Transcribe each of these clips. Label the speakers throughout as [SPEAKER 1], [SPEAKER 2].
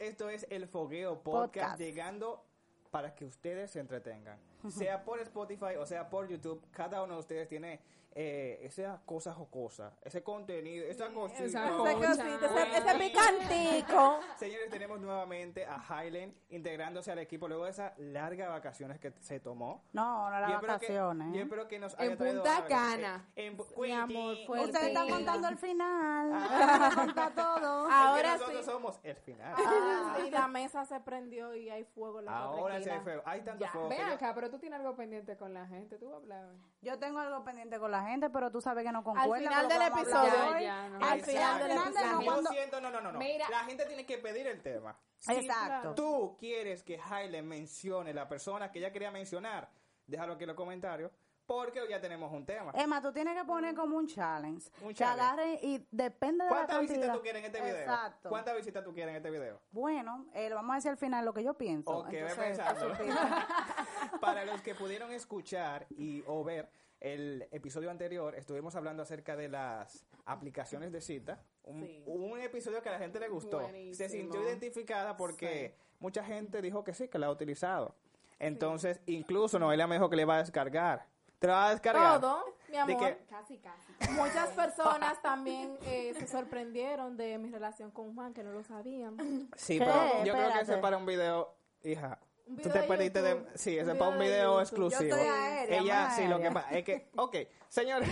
[SPEAKER 1] Esto es el Fogueo Podcast, Podcast. llegando para que ustedes se entretengan. Sea por Spotify o sea por YouTube, cada uno de ustedes tiene eh, esas cosas o cosas, ese contenido, esa cosita.
[SPEAKER 2] Esa cosita, ese, ese picantico.
[SPEAKER 1] Señores, tenemos nuevamente a Highland integrándose al equipo luego de esas largas vacaciones que se tomó.
[SPEAKER 2] No, no las
[SPEAKER 1] Yo espero que-
[SPEAKER 2] vacaciones.
[SPEAKER 1] yo espero que nos haya
[SPEAKER 3] ¿eh? En
[SPEAKER 1] traído
[SPEAKER 3] Punta
[SPEAKER 1] algo.
[SPEAKER 3] Cana.
[SPEAKER 1] Eh, en Pu-
[SPEAKER 3] Mi amor, pues.
[SPEAKER 1] Quintín.
[SPEAKER 3] fue-
[SPEAKER 2] Ustedes están
[SPEAKER 3] Sí.
[SPEAKER 2] contando el final.
[SPEAKER 1] Ah.
[SPEAKER 2] Ustedes contan todo.
[SPEAKER 1] Es que
[SPEAKER 3] Ahora
[SPEAKER 1] nosotros
[SPEAKER 3] sí.
[SPEAKER 1] somos el final.
[SPEAKER 2] Ah.
[SPEAKER 4] Y la mesa se prendió y hay fuego en la
[SPEAKER 1] Ahora sí
[SPEAKER 4] otra
[SPEAKER 1] hay
[SPEAKER 4] esquina.
[SPEAKER 1] fuego. Hay tanto
[SPEAKER 3] Ya,
[SPEAKER 1] fuego.
[SPEAKER 3] ven
[SPEAKER 1] que yo-
[SPEAKER 3] acá, pero tú tienes algo pendiente con la gente, tú hablabas.
[SPEAKER 2] Yo tengo algo pendiente con la gente, pero tú sabes que no concuerda.
[SPEAKER 4] final
[SPEAKER 2] con lo que
[SPEAKER 4] del
[SPEAKER 2] vamos a hablar
[SPEAKER 4] episodio.
[SPEAKER 2] hoy.
[SPEAKER 3] Ya, ya, no.
[SPEAKER 2] Al
[SPEAKER 1] Exacto.
[SPEAKER 2] final del
[SPEAKER 4] Al final del
[SPEAKER 2] episodio.
[SPEAKER 1] Yo
[SPEAKER 2] cuando-
[SPEAKER 1] siento- no, no, no, no.
[SPEAKER 3] Mira.
[SPEAKER 1] La gente tiene que pedir el tema.
[SPEAKER 2] Exacto.
[SPEAKER 1] tú quieres que Haile mencione la persona que ella quería mencionar, déjalo aquí en los comentarios, porque hoy ya tenemos un tema.
[SPEAKER 2] Emma, tú tienes que poner como un challenge.
[SPEAKER 1] Un
[SPEAKER 2] Que
[SPEAKER 1] challenge.
[SPEAKER 2] agarren y depende de la
[SPEAKER 1] ¿Cuántas visitas
[SPEAKER 2] cantidad.
[SPEAKER 1] tú quieres en este video?
[SPEAKER 2] Exacto.
[SPEAKER 1] ¿Cuántas visitas tú quieres en este video?
[SPEAKER 2] Bueno, eh, lo vamos a decir al final lo que yo pienso.
[SPEAKER 1] Ok, ve
[SPEAKER 2] Entonces,
[SPEAKER 1] pensando.
[SPEAKER 2] eso sí.
[SPEAKER 1] Para los que pudieron escuchar y o ver el episodio anterior, estuvimos hablando acerca de las aplicaciones de cita. Un,
[SPEAKER 4] Sí.
[SPEAKER 1] un episodio que a la gente le gustó. Se
[SPEAKER 4] Buenísimo.
[SPEAKER 1] sintió identificada porque mucha gente dijo que sí, que la ha utilizado. Entonces, incluso Noelia me dijo que le va a descargar. ¿Te la va a descargar?
[SPEAKER 4] Todo, mi
[SPEAKER 1] De
[SPEAKER 4] amor.
[SPEAKER 1] que-
[SPEAKER 3] Casi, casi.
[SPEAKER 4] Muchas personas también eh, se sorprendieron de mi relación con Juan, que no lo sabían. Un
[SPEAKER 1] Sí,
[SPEAKER 2] ¿Qué?
[SPEAKER 1] pero yo creo que
[SPEAKER 2] Espérate.
[SPEAKER 1] eso es para un video, hija. Tú
[SPEAKER 4] video
[SPEAKER 1] te
[SPEAKER 4] de
[SPEAKER 1] perdiste de...
[SPEAKER 4] YouTube.
[SPEAKER 1] Sí, eso es para un video
[SPEAKER 4] de YouTube.
[SPEAKER 1] exclusivo.
[SPEAKER 2] Yo estoy aérea,
[SPEAKER 1] Ella,
[SPEAKER 2] más
[SPEAKER 1] sí, lo que
[SPEAKER 2] aérea.
[SPEAKER 1] pasa es que... Ok, señores.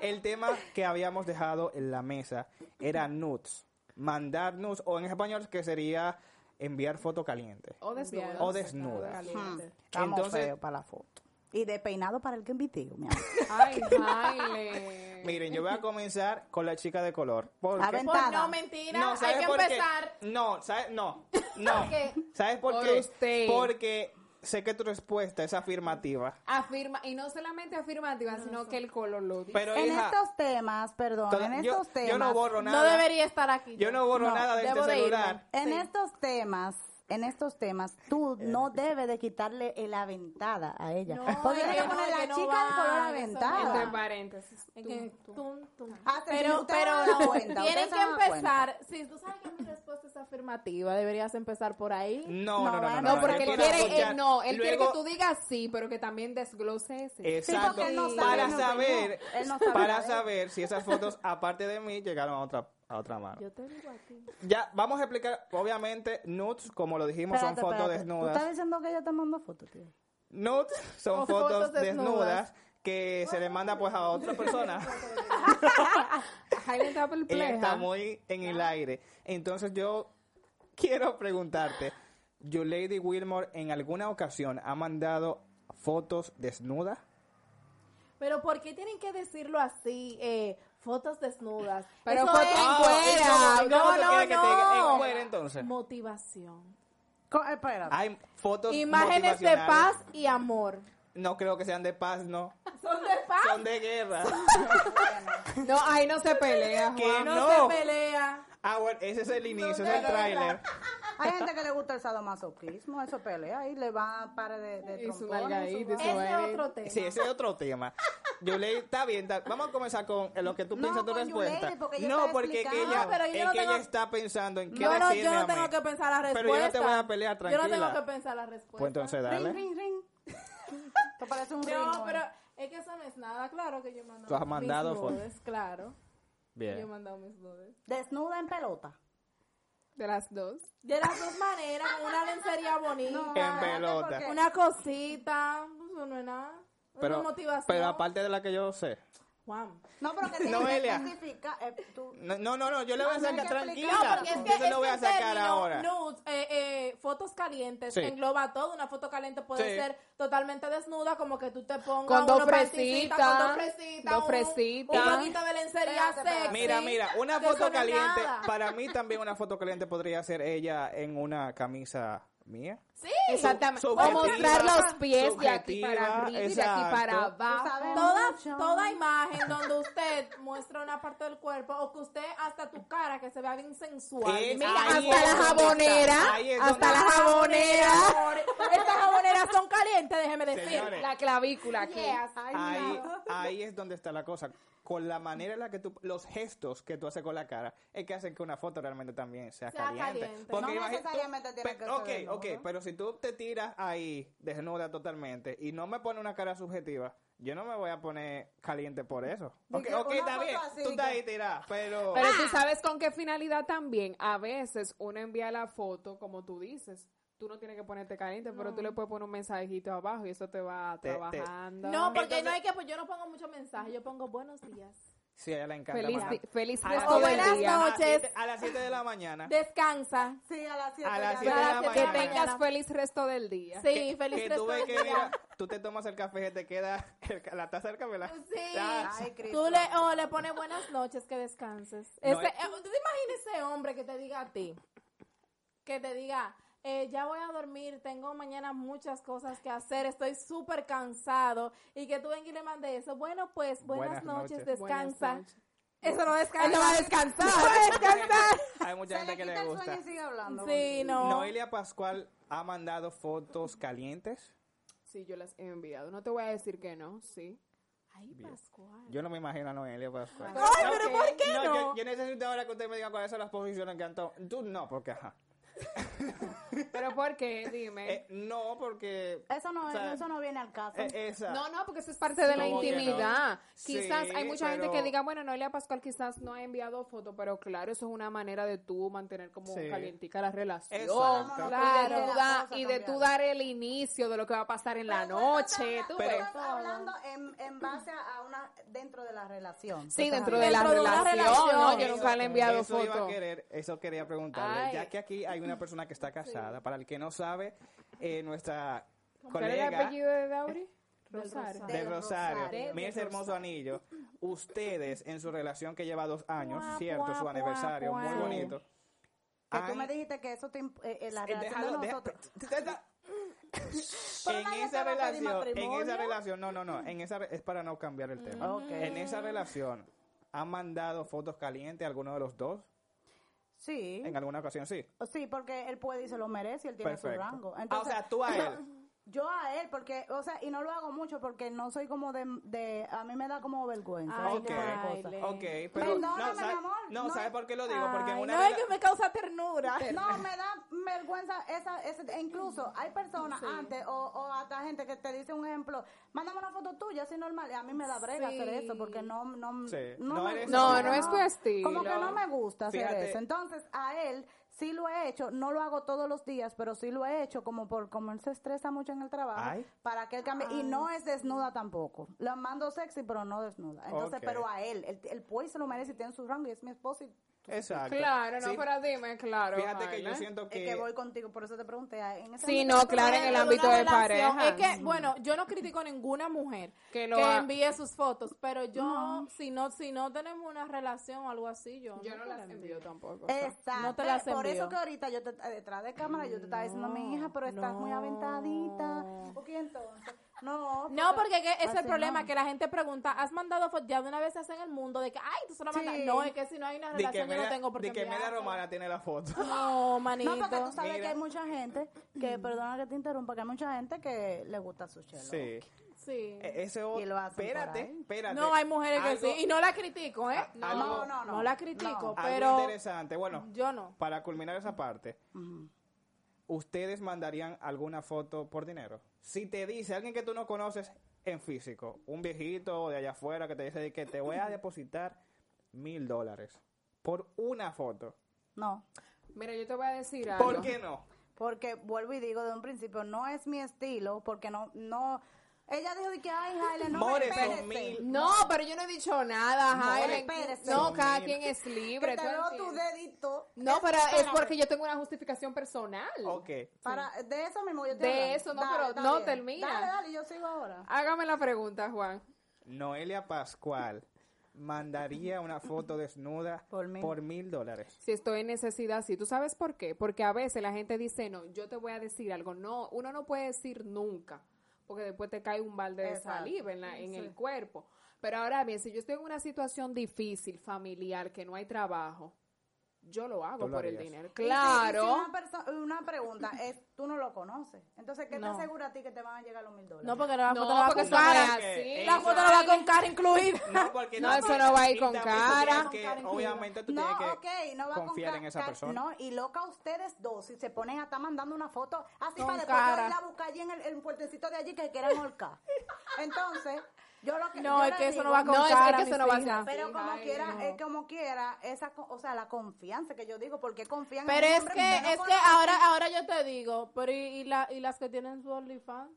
[SPEAKER 1] el tema que habíamos dejado en la mesa era nudes. Mandar nudes, o en español que sería enviar foto caliente.
[SPEAKER 3] O desnuda.
[SPEAKER 1] O desnuda.
[SPEAKER 4] Caliente.
[SPEAKER 2] hmm, Estamos
[SPEAKER 1] Entonces-
[SPEAKER 2] feos para la foto. Y de peinado para el que invité, mi amor.
[SPEAKER 3] Ay, Haile.
[SPEAKER 1] Miren, yo voy a comenzar con la chica de color. Porque...
[SPEAKER 2] A ver,
[SPEAKER 4] Pues
[SPEAKER 2] Nada.
[SPEAKER 4] no, mentira, hay
[SPEAKER 1] ¿sabes
[SPEAKER 4] que
[SPEAKER 1] por qué?
[SPEAKER 4] empezar.
[SPEAKER 1] No, ¿sabes? No, no.
[SPEAKER 4] qué?
[SPEAKER 1] ¿Sabes por,
[SPEAKER 3] Por
[SPEAKER 1] qué?
[SPEAKER 3] usted.
[SPEAKER 1] Porque sé que tu respuesta es afirmativa.
[SPEAKER 3] Afirma, y no solamente afirmativa, sino que el color lo dice.
[SPEAKER 1] Pero,
[SPEAKER 2] en
[SPEAKER 1] hija,
[SPEAKER 2] estos temas, perdón,
[SPEAKER 1] Toda-
[SPEAKER 2] en
[SPEAKER 1] yo-
[SPEAKER 2] estos
[SPEAKER 1] yo
[SPEAKER 2] temas.
[SPEAKER 1] no borro nada.
[SPEAKER 4] No debería estar aquí.
[SPEAKER 1] Yo no borro
[SPEAKER 2] No,
[SPEAKER 1] nada de este
[SPEAKER 4] debo de
[SPEAKER 1] celular.
[SPEAKER 2] En
[SPEAKER 4] Sí. Eh.
[SPEAKER 2] estos temas, en estos temas, tú no debes de quitarle el aventada a ella.
[SPEAKER 4] No,
[SPEAKER 2] Porque
[SPEAKER 4] es
[SPEAKER 2] tienes que
[SPEAKER 4] que no,
[SPEAKER 2] poner
[SPEAKER 4] es que
[SPEAKER 2] la
[SPEAKER 4] no
[SPEAKER 2] chica de
[SPEAKER 4] va, eso
[SPEAKER 2] color
[SPEAKER 4] no.
[SPEAKER 3] Entre
[SPEAKER 2] aventada.
[SPEAKER 3] paréntesis.
[SPEAKER 4] Es que-
[SPEAKER 3] Ah. tú, tú.
[SPEAKER 4] tum, tum.
[SPEAKER 2] Hasta si
[SPEAKER 4] Ah, Pero,
[SPEAKER 2] ustedes
[SPEAKER 4] pero
[SPEAKER 2] se dan
[SPEAKER 4] tienen
[SPEAKER 2] cuenta, ustedes
[SPEAKER 4] que
[SPEAKER 2] se dan
[SPEAKER 4] empezar. Si tú sabes que mi respuesta es afirmativa, deberías empezar por ahí.
[SPEAKER 1] No, no, no, no.
[SPEAKER 2] No,
[SPEAKER 3] No, porque
[SPEAKER 1] yo
[SPEAKER 3] él
[SPEAKER 1] quiero
[SPEAKER 3] quiere,
[SPEAKER 1] escuchar.
[SPEAKER 3] él no, él quiere
[SPEAKER 1] Luego-
[SPEAKER 3] que tú digas sí, pero que también desgloses ese.
[SPEAKER 2] Sí,
[SPEAKER 1] Exacto.
[SPEAKER 2] porque él no sabe
[SPEAKER 1] para
[SPEAKER 2] mi opinión.
[SPEAKER 1] saber,
[SPEAKER 2] Él no sabe
[SPEAKER 1] para
[SPEAKER 2] la de él.
[SPEAKER 1] saber si esas fotos, aparte de mí, llegaron a otra, a otra mano.
[SPEAKER 4] Yo te digo a ti.
[SPEAKER 1] Ya, vamos a explicar, obviamente, nudes, como lo dijimos,
[SPEAKER 2] Espérate,
[SPEAKER 1] son fotos
[SPEAKER 2] espérate. ¿Tú
[SPEAKER 1] desnudas.
[SPEAKER 2] estás diciendo que ella te mandó fotos, tío?
[SPEAKER 1] Nudes son
[SPEAKER 4] O
[SPEAKER 1] fotos,
[SPEAKER 4] fotos
[SPEAKER 1] desnudas.
[SPEAKER 4] desnudas.
[SPEAKER 1] que se le manda pues a otra persona.
[SPEAKER 3] Haile
[SPEAKER 1] Ella
[SPEAKER 3] está
[SPEAKER 1] está
[SPEAKER 3] perpleja.
[SPEAKER 1] muy en el aire. Entonces yo quiero preguntarte, ¿Your Lady Wilmore en alguna ocasión ha mandado fotos desnudas?
[SPEAKER 4] Pero ¿por qué tienen que decirlo así? Eh, fotos desnudas.
[SPEAKER 3] Pero
[SPEAKER 4] Eso
[SPEAKER 3] fotos
[SPEAKER 4] es-
[SPEAKER 3] Ah,
[SPEAKER 1] ¿y
[SPEAKER 3] ¿y cómo-
[SPEAKER 1] cómo tú quieres que te diga?
[SPEAKER 4] no.
[SPEAKER 1] En fuera, entonces.
[SPEAKER 4] Motivación.
[SPEAKER 2] Co- espérate.
[SPEAKER 1] Hay fotos
[SPEAKER 4] Imágenes de
[SPEAKER 1] motivacionales.
[SPEAKER 4] paz y amor.
[SPEAKER 1] No creo que sean de paz, no.
[SPEAKER 4] Son de paz.
[SPEAKER 1] Son de guerra.
[SPEAKER 3] No, ahí no se pelea,
[SPEAKER 1] Que
[SPEAKER 3] Juan.
[SPEAKER 4] no,
[SPEAKER 1] no.
[SPEAKER 4] se pelea.
[SPEAKER 1] Ah, bueno, ese es el inicio, es el
[SPEAKER 4] de
[SPEAKER 1] tráiler.
[SPEAKER 2] Hay gente que le gusta el sadomasoquismo, eso pelea y le va a par de, de
[SPEAKER 3] Y su
[SPEAKER 2] trompones,
[SPEAKER 3] nalgadita y
[SPEAKER 2] su-
[SPEAKER 3] su-
[SPEAKER 4] Ese es
[SPEAKER 3] vaina.
[SPEAKER 4] otro tema.
[SPEAKER 1] Sí, ese es otro tema. Yulei, está bien, está- vamos a comenzar con lo que tú
[SPEAKER 2] No,
[SPEAKER 1] piensas tu
[SPEAKER 2] con
[SPEAKER 1] respuesta.
[SPEAKER 2] Yulei, porque ella
[SPEAKER 1] no,
[SPEAKER 2] está
[SPEAKER 1] porque es que
[SPEAKER 2] explicando.
[SPEAKER 1] ella,
[SPEAKER 4] No, pero yo
[SPEAKER 1] es
[SPEAKER 4] no
[SPEAKER 1] que
[SPEAKER 4] tengo-
[SPEAKER 1] ella está pensando en qué
[SPEAKER 4] Yo no,
[SPEAKER 1] decirme
[SPEAKER 4] yo
[SPEAKER 1] a
[SPEAKER 4] no
[SPEAKER 1] mí.
[SPEAKER 4] tengo que pensar la respuesta.
[SPEAKER 1] Pero yo no te voy a pelear,
[SPEAKER 4] Yo no
[SPEAKER 1] tranquila.
[SPEAKER 4] tengo que pensar la respuesta.
[SPEAKER 1] Pues entonces dale.
[SPEAKER 2] Ring, ring, ring. Te parece un ring.
[SPEAKER 4] No,
[SPEAKER 2] hoy.
[SPEAKER 4] pero es que eso no es nada. Claro que yo he mandado
[SPEAKER 1] Tú has mandado pues.
[SPEAKER 4] mis
[SPEAKER 1] fotos.
[SPEAKER 4] nudes, claro. Yo he
[SPEAKER 1] Bien.
[SPEAKER 4] mandado mis nudes.
[SPEAKER 2] Desnuda en pelota.
[SPEAKER 3] De las dos.
[SPEAKER 4] De las dos maneras, con una lencería bonita.
[SPEAKER 1] En pelota.
[SPEAKER 2] porque-
[SPEAKER 4] Una cosita, pues, eso no es nada.
[SPEAKER 1] Pero,
[SPEAKER 4] una motivación.
[SPEAKER 1] pero aparte de la que yo sé.
[SPEAKER 4] Juan.
[SPEAKER 2] No, pero que tienes que
[SPEAKER 1] Noelia.
[SPEAKER 2] especificar. eh, tú-
[SPEAKER 1] No, no, no, no, yo le voy a
[SPEAKER 2] No, no hay
[SPEAKER 1] sacar
[SPEAKER 2] que
[SPEAKER 1] tranquila.
[SPEAKER 2] explicar.
[SPEAKER 4] No, porque es que,
[SPEAKER 1] yo se
[SPEAKER 4] es
[SPEAKER 1] lo voy
[SPEAKER 4] que
[SPEAKER 1] a
[SPEAKER 4] el
[SPEAKER 1] sacar
[SPEAKER 4] término
[SPEAKER 1] ahora.
[SPEAKER 4] nudes, eh, eh, fotos calientes
[SPEAKER 1] Sí.
[SPEAKER 4] engloba todo. Una foto caliente puede
[SPEAKER 1] Sí.
[SPEAKER 4] ser totalmente desnuda, como que tú te pongas
[SPEAKER 3] Con dos
[SPEAKER 4] unos pantisitas,
[SPEAKER 3] fresitas,
[SPEAKER 4] con dos fresitas,
[SPEAKER 3] dos
[SPEAKER 4] un-
[SPEAKER 3] fresitas.
[SPEAKER 4] un poquito de lencería
[SPEAKER 2] Espérate, espérate.
[SPEAKER 4] sexy.
[SPEAKER 1] Mira, mira, una
[SPEAKER 4] que eso no
[SPEAKER 1] foto
[SPEAKER 4] es
[SPEAKER 1] caliente.
[SPEAKER 4] nada.
[SPEAKER 1] Para mí también una foto caliente podría ser ella en una camisa mía.
[SPEAKER 4] Sí.
[SPEAKER 3] Exactamente. O
[SPEAKER 1] Subjetiva,
[SPEAKER 3] mostrar los pies de aquí
[SPEAKER 1] subjetiva,
[SPEAKER 3] para arriba y de aquí para
[SPEAKER 1] exacto.
[SPEAKER 2] Tú
[SPEAKER 3] abajo.
[SPEAKER 2] sabes
[SPEAKER 4] Toda,
[SPEAKER 2] mucho.
[SPEAKER 4] toda imagen donde usted muestra una parte del cuerpo o que usted hasta tu cara que se vea bien sensual.
[SPEAKER 1] Es-
[SPEAKER 4] Mira,
[SPEAKER 1] ahí
[SPEAKER 3] hasta
[SPEAKER 1] es
[SPEAKER 3] la
[SPEAKER 1] donde
[SPEAKER 3] jabonera,
[SPEAKER 1] está, ahí es
[SPEAKER 3] hasta
[SPEAKER 1] donde
[SPEAKER 3] la
[SPEAKER 1] está.
[SPEAKER 3] jabonera.
[SPEAKER 4] Estas jaboneras son gente, déjeme decir.
[SPEAKER 1] Señores.
[SPEAKER 3] La clavícula aquí.
[SPEAKER 4] Yes.
[SPEAKER 1] Ahí, ahí es donde está la cosa. Con la manera en la que tú, los gestos que tú haces con la cara, es que hacen que una foto realmente también sea,
[SPEAKER 4] Sea
[SPEAKER 1] caliente.
[SPEAKER 4] caliente.
[SPEAKER 2] No
[SPEAKER 1] imagi-
[SPEAKER 2] necesariamente
[SPEAKER 1] tú-
[SPEAKER 2] tiene
[SPEAKER 1] pe-
[SPEAKER 2] que ser desnudo,
[SPEAKER 1] Ok, ok,
[SPEAKER 2] ¿no?
[SPEAKER 1] pero si tú te tiras ahí desnuda totalmente y no me pones una cara subjetiva, yo no me voy a poner caliente por eso. Ok,
[SPEAKER 2] Dije,
[SPEAKER 1] ok,
[SPEAKER 2] una
[SPEAKER 1] está
[SPEAKER 2] foto
[SPEAKER 1] bien.
[SPEAKER 2] así,
[SPEAKER 1] Tú estás
[SPEAKER 2] que-
[SPEAKER 1] ahí tirada, pero.
[SPEAKER 3] Pero tú sabes con qué finalidad también. A veces uno envía la foto, como tú dices. Tú no tienes que ponerte caliente, pero tú le puedes poner un mensajito abajo y eso te va
[SPEAKER 1] Te- te-
[SPEAKER 3] trabajando.
[SPEAKER 4] No, porque
[SPEAKER 1] Entonces-
[SPEAKER 4] no hay que, pues yo no pongo muchos mensajes, yo pongo buenos días.
[SPEAKER 1] Sí, a ella le encanta.
[SPEAKER 3] Feliz,
[SPEAKER 1] mandar-
[SPEAKER 3] di- feliz
[SPEAKER 1] A
[SPEAKER 3] resto
[SPEAKER 1] las
[SPEAKER 3] del
[SPEAKER 4] buenas
[SPEAKER 3] día.
[SPEAKER 1] A las
[SPEAKER 4] noches.
[SPEAKER 1] siete- A las 7 de la mañana.
[SPEAKER 4] Descansa.
[SPEAKER 2] Sí, a las siete
[SPEAKER 1] A las
[SPEAKER 2] ya.
[SPEAKER 1] siete de la
[SPEAKER 4] Gracias,
[SPEAKER 3] Que
[SPEAKER 1] mañana.
[SPEAKER 3] tengas
[SPEAKER 4] mañana.
[SPEAKER 3] feliz resto del día.
[SPEAKER 4] Sí,
[SPEAKER 1] que-
[SPEAKER 4] feliz
[SPEAKER 1] que
[SPEAKER 4] resto
[SPEAKER 1] tú ves
[SPEAKER 4] del
[SPEAKER 1] que
[SPEAKER 4] día.
[SPEAKER 1] mira, tú te tomas el café y te queda el ca- la taza del café la-
[SPEAKER 4] Sí.
[SPEAKER 1] Ah,
[SPEAKER 2] Ay, Cristo.
[SPEAKER 4] Tú le, o le pones buenas noches, que descanses. Ese,
[SPEAKER 1] No,
[SPEAKER 4] eh,
[SPEAKER 1] es-
[SPEAKER 4] ¿Tú te imaginas ese hombre que te diga a ti? Que te diga, eh, ya voy a dormir, tengo mañana muchas cosas que hacer, estoy súper cansado. Y que tú vengas y le mandes eso. Bueno, pues, buenas,
[SPEAKER 1] Buenas
[SPEAKER 4] noches,
[SPEAKER 1] noches.
[SPEAKER 4] descansa.
[SPEAKER 3] Buenas noches.
[SPEAKER 4] Eso no descansa. no va a descansar. No va a descansar.
[SPEAKER 1] hay mucha
[SPEAKER 2] Se
[SPEAKER 1] gente
[SPEAKER 2] le
[SPEAKER 1] que
[SPEAKER 2] quita
[SPEAKER 1] le
[SPEAKER 2] el
[SPEAKER 1] gusta.
[SPEAKER 2] sueño y sigue hablando.
[SPEAKER 4] sí, no.
[SPEAKER 1] Noelia Pascual ha mandado fotos calientes.
[SPEAKER 3] Sí, yo las he enviado. No te voy a decir que no, sí.
[SPEAKER 4] Ay, Pascual.
[SPEAKER 1] Yo no me imagino a Noelia Pascual.
[SPEAKER 4] Ay, pero ¿por qué
[SPEAKER 1] yo-
[SPEAKER 4] no?
[SPEAKER 1] Yo, necesito ahora que usted me diga cuáles son las posiciones que han tomado. Tú no, porque ajá.
[SPEAKER 3] Pero ¿por qué? Dime.
[SPEAKER 1] Eh, no, porque.
[SPEAKER 2] Eso no,
[SPEAKER 1] o sea,
[SPEAKER 2] eso no viene al caso.
[SPEAKER 1] eh, esa.
[SPEAKER 3] No, no, porque eso es parte de la
[SPEAKER 1] ¿Cómo que no?
[SPEAKER 3] intimidad.
[SPEAKER 1] Sí,
[SPEAKER 3] Quizás hay mucha gente que
[SPEAKER 1] pero-
[SPEAKER 3] diga, bueno, Noelia Pascual quizás no ha enviado foto, pero claro, eso es una manera de tú mantener como
[SPEAKER 1] Sí.
[SPEAKER 3] calientica la relación.
[SPEAKER 1] Exacto.
[SPEAKER 3] Y de
[SPEAKER 2] Claro.
[SPEAKER 3] tú da-
[SPEAKER 2] Cosa
[SPEAKER 3] y de tú
[SPEAKER 2] cambiar.
[SPEAKER 3] dar el inicio de lo que va a pasar en la noche. tú
[SPEAKER 2] Pero
[SPEAKER 3] ves.
[SPEAKER 2] estás hablando en, en base a una dentro de la relación.
[SPEAKER 3] Sí,
[SPEAKER 2] Tú estás
[SPEAKER 3] dentro
[SPEAKER 2] hablando.
[SPEAKER 3] de la
[SPEAKER 4] Dentro de una
[SPEAKER 3] relación.
[SPEAKER 4] relación.
[SPEAKER 3] ¿no? Yo nunca le he enviado
[SPEAKER 1] eso iba a
[SPEAKER 3] foto.
[SPEAKER 1] querer, eso quería preguntarle,
[SPEAKER 3] Ay.
[SPEAKER 1] ya que aquí hay una persona que está casada, para el que no sabe, eh, nuestra
[SPEAKER 3] ¿Cuál es el
[SPEAKER 1] colega
[SPEAKER 3] apellido de Dauri? Rosario.
[SPEAKER 1] de
[SPEAKER 2] Del
[SPEAKER 1] Rosario,
[SPEAKER 2] Rosario.
[SPEAKER 1] mira ese hermoso anillo, ustedes en su relación que lleva dos años,
[SPEAKER 4] Guau,
[SPEAKER 1] cierto,
[SPEAKER 4] guau,
[SPEAKER 1] su
[SPEAKER 4] guau,
[SPEAKER 1] aniversario, muy
[SPEAKER 4] guau.
[SPEAKER 1] bonito.
[SPEAKER 2] Que tú
[SPEAKER 1] han-
[SPEAKER 2] me dijiste que eso te imp- eh, eh, la
[SPEAKER 1] eh,
[SPEAKER 2] relación
[SPEAKER 1] déjalo,
[SPEAKER 2] de
[SPEAKER 1] deja-
[SPEAKER 2] nosotros.
[SPEAKER 1] t- t- t-
[SPEAKER 2] Pero
[SPEAKER 1] en
[SPEAKER 2] nadie
[SPEAKER 1] esa
[SPEAKER 2] te va a pedir
[SPEAKER 1] relación, en esa
[SPEAKER 2] matrimonio.
[SPEAKER 1] relación, no, no, no, en esa re- es para no cambiar el tema.
[SPEAKER 2] Ok.
[SPEAKER 1] En esa relación, ¿han mandado fotos calientes alguno de los dos?
[SPEAKER 2] Sí.
[SPEAKER 1] En alguna ocasión sí.
[SPEAKER 2] Sí, porque él puede y se lo merece, él tiene su
[SPEAKER 1] Perfecto.
[SPEAKER 2] rango.
[SPEAKER 1] Ah,
[SPEAKER 2] Entonces,
[SPEAKER 1] o sea, tú a él.
[SPEAKER 2] Yo a él, porque, o sea, y no lo hago mucho porque no soy como de, de a mí me da como vergüenza.
[SPEAKER 4] Ay,
[SPEAKER 2] ese tipo de
[SPEAKER 1] ok.
[SPEAKER 2] cosas.
[SPEAKER 4] Dale.
[SPEAKER 1] Ok, pero
[SPEAKER 2] Perdóname,
[SPEAKER 1] no,
[SPEAKER 2] mi
[SPEAKER 1] ¿sabe-
[SPEAKER 2] amor,
[SPEAKER 1] no,
[SPEAKER 2] no
[SPEAKER 1] ¿sabe
[SPEAKER 2] es-
[SPEAKER 1] por qué lo digo? Porque en
[SPEAKER 4] Ay,
[SPEAKER 1] una
[SPEAKER 4] no, es
[SPEAKER 1] rela-
[SPEAKER 4] que me causa ternura.
[SPEAKER 2] No, me da vergüenza esa, ese- e incluso hay personas antes o, o hasta gente que te dice un ejemplo, mándame una foto tuya, así normal, y a mí me da brega
[SPEAKER 4] Sí.
[SPEAKER 2] hacer eso porque no no
[SPEAKER 1] Sí.
[SPEAKER 2] no,
[SPEAKER 1] No
[SPEAKER 2] me-
[SPEAKER 1] eres-
[SPEAKER 3] No, no es tu estilo.
[SPEAKER 2] Como que no me gusta hacer
[SPEAKER 1] Fíjate.
[SPEAKER 2] eso. Entonces, a él sí lo he hecho, no lo hago todos los días, pero sí lo he hecho como por como él se estresa mucho en el trabajo
[SPEAKER 1] Ay.
[SPEAKER 2] para que él cambie y no es desnuda tampoco. Lo mando sexy, pero no desnuda. Entonces,
[SPEAKER 1] Ok.
[SPEAKER 2] pero a él, el, el puey se lo merece y tiene su rango y es mi esposo y
[SPEAKER 1] Exacto.
[SPEAKER 3] Claro, no,
[SPEAKER 1] Sí,
[SPEAKER 3] pero dime, claro.
[SPEAKER 1] Fíjate que yo
[SPEAKER 4] ¿eh?
[SPEAKER 3] Jaina.
[SPEAKER 1] siento
[SPEAKER 2] Es
[SPEAKER 1] que,
[SPEAKER 2] que voy contigo, por eso te pregunté. ah, En ese
[SPEAKER 3] Sí,
[SPEAKER 2] momento
[SPEAKER 3] no,
[SPEAKER 2] te
[SPEAKER 3] claro, en
[SPEAKER 2] pregunté,
[SPEAKER 4] Dentro
[SPEAKER 3] el
[SPEAKER 4] de
[SPEAKER 3] ámbito
[SPEAKER 4] una
[SPEAKER 3] de
[SPEAKER 4] relación,
[SPEAKER 3] pareja.
[SPEAKER 4] Es que, bueno, yo no critico a ninguna mujer
[SPEAKER 3] Que
[SPEAKER 4] que,
[SPEAKER 3] lo ha-
[SPEAKER 4] envíe sus fotos, pero yo, si no si no tenemos una relación o algo así, yo,
[SPEAKER 3] Yo no
[SPEAKER 4] te
[SPEAKER 3] las envío tampoco.
[SPEAKER 2] Exacto.
[SPEAKER 4] No te las
[SPEAKER 2] Por eso
[SPEAKER 4] envío.
[SPEAKER 2] que ahorita yo te, eh, detrás de cámara yo te estaba diciendo, mi hija, pero estás muy aventadita. ¿Por qué entonces? No.
[SPEAKER 4] No, porque que es
[SPEAKER 2] Así
[SPEAKER 4] el problema,
[SPEAKER 2] no.
[SPEAKER 4] que la gente pregunta, ¿has mandado fotos? Ya de una vez se hace en el mundo de que, ay, tú solo
[SPEAKER 2] Sí.
[SPEAKER 4] mandas. No, es que si no hay una
[SPEAKER 1] di que
[SPEAKER 4] relación, yo no
[SPEAKER 1] media-
[SPEAKER 4] tengo por
[SPEAKER 1] di
[SPEAKER 4] qué
[SPEAKER 1] que media
[SPEAKER 4] enviarte.
[SPEAKER 1] romana tiene la foto.
[SPEAKER 4] No, manito.
[SPEAKER 2] No, porque tú sabes
[SPEAKER 1] Mira.
[SPEAKER 2] que hay mucha gente
[SPEAKER 3] Mm.
[SPEAKER 2] que, perdona que te interrumpa, que hay mucha gente que le gusta su chelo.
[SPEAKER 1] Sí.
[SPEAKER 4] Sí.
[SPEAKER 3] Eh,
[SPEAKER 1] E- Ese otro.
[SPEAKER 2] Y lo hacen por
[SPEAKER 1] Espérate,
[SPEAKER 2] ahí.
[SPEAKER 1] espérate.
[SPEAKER 4] No, hay mujeres que
[SPEAKER 1] Algo-
[SPEAKER 4] sí. Y no la critico, ¿eh?
[SPEAKER 1] Ah, algo-
[SPEAKER 2] No, no, no.
[SPEAKER 4] No la critico,
[SPEAKER 2] No.
[SPEAKER 1] algo
[SPEAKER 4] pero
[SPEAKER 1] interesante. Bueno,
[SPEAKER 4] yo no.
[SPEAKER 1] para culminar esa parte, ¿ustedes mandarían alguna foto por dinero? Si te dice alguien que tú no conoces en físico, un viejito de allá afuera que te dice de que te voy a depositar mil dólares por una foto,
[SPEAKER 2] No.
[SPEAKER 3] Mira, yo te voy a decir algo.
[SPEAKER 1] ¿por qué no?
[SPEAKER 2] Porque vuelvo y digo de un principio, no es mi estilo, porque no, no. Ella dijo de que, ay, Jaile, no
[SPEAKER 1] More,
[SPEAKER 2] me
[SPEAKER 1] son
[SPEAKER 2] espérese.
[SPEAKER 1] mil.
[SPEAKER 3] No, pero yo no he dicho nada,
[SPEAKER 2] No,
[SPEAKER 3] Jaime.
[SPEAKER 2] espérese.
[SPEAKER 3] No,
[SPEAKER 1] Sí,
[SPEAKER 3] cada
[SPEAKER 1] mira.
[SPEAKER 3] quien es
[SPEAKER 2] Que
[SPEAKER 3] libre.
[SPEAKER 2] te
[SPEAKER 3] ¿tú
[SPEAKER 2] veo tu
[SPEAKER 3] entiendes?
[SPEAKER 2] dedito.
[SPEAKER 3] No, pero es
[SPEAKER 2] Espérame.
[SPEAKER 3] porque yo tengo una justificación personal.
[SPEAKER 1] Ok.
[SPEAKER 2] Para, de eso mismo yo te
[SPEAKER 3] De
[SPEAKER 2] hablando.
[SPEAKER 3] eso no, pero no
[SPEAKER 2] bien.
[SPEAKER 3] termina.
[SPEAKER 2] Dale, dale, yo sigo ahora.
[SPEAKER 4] Ah,
[SPEAKER 3] Hágame la pregunta, Juan.
[SPEAKER 1] Noelia Pascual mandaría una foto desnuda
[SPEAKER 2] Por mil.
[SPEAKER 1] por mil dólares.
[SPEAKER 3] Si estoy en necesidad, sí. ¿Tú sabes por qué? Porque a veces la gente dice, no, yo te voy a decir algo. No, uno no puede decir nunca, porque después te cae un balde de
[SPEAKER 2] Exacto.
[SPEAKER 3] saliva en, la- en el cuerpo. Pero ahora bien, si yo estoy en una situación difícil, familiar, que no hay trabajo, yo lo hago
[SPEAKER 1] Tú lo
[SPEAKER 3] por el
[SPEAKER 1] harías.
[SPEAKER 3] dinero.
[SPEAKER 2] Y si- y si
[SPEAKER 3] Claro.
[SPEAKER 2] una, perso- una pregunta es, tú no lo conoces. Entonces, ¿qué
[SPEAKER 4] No.
[SPEAKER 2] te asegura a ti que te van a llegar los mil dólares?
[SPEAKER 4] No, porque la
[SPEAKER 3] No,
[SPEAKER 4] foto no va
[SPEAKER 3] porque
[SPEAKER 4] con
[SPEAKER 3] eso no es
[SPEAKER 4] cara.
[SPEAKER 3] así.
[SPEAKER 4] La foto no va con cara incluida.
[SPEAKER 1] No, porque
[SPEAKER 3] No, eso no va a ir
[SPEAKER 1] y
[SPEAKER 3] con
[SPEAKER 1] también tú
[SPEAKER 3] cara.
[SPEAKER 1] tienes que-
[SPEAKER 4] Con cara incluida.
[SPEAKER 1] obviamente tú
[SPEAKER 2] No,
[SPEAKER 1] tienes que
[SPEAKER 2] ok, no va a
[SPEAKER 1] confiar
[SPEAKER 2] con
[SPEAKER 1] en esa
[SPEAKER 2] ca-
[SPEAKER 1] persona.
[SPEAKER 2] No, y loca ustedes dos, si se ponen a estar mandando una foto así
[SPEAKER 4] Con
[SPEAKER 2] para después yo
[SPEAKER 4] cara.
[SPEAKER 2] ir a buscar allí en el, en puertecito de allí que quieran holcar. Entonces, yo lo que
[SPEAKER 4] No,
[SPEAKER 2] yo
[SPEAKER 4] es
[SPEAKER 2] le
[SPEAKER 4] que eso no
[SPEAKER 2] digo-
[SPEAKER 4] va con
[SPEAKER 3] No, es que
[SPEAKER 4] cara.
[SPEAKER 3] eso
[SPEAKER 4] mis
[SPEAKER 3] no va a
[SPEAKER 4] hijas.
[SPEAKER 3] ser.
[SPEAKER 2] Pero
[SPEAKER 3] Sí,
[SPEAKER 2] como
[SPEAKER 3] ay,
[SPEAKER 2] quiera,
[SPEAKER 3] no.
[SPEAKER 2] es como quiera, esa, co- o sea, la confianza que yo digo, porque confían
[SPEAKER 4] Pero
[SPEAKER 2] en un
[SPEAKER 4] es
[SPEAKER 2] hombre
[SPEAKER 4] que,
[SPEAKER 2] no
[SPEAKER 4] es que
[SPEAKER 2] conoce.
[SPEAKER 4] ahora, ahora yo te digo, pero y, y la, y las que tienen su OnlyFans.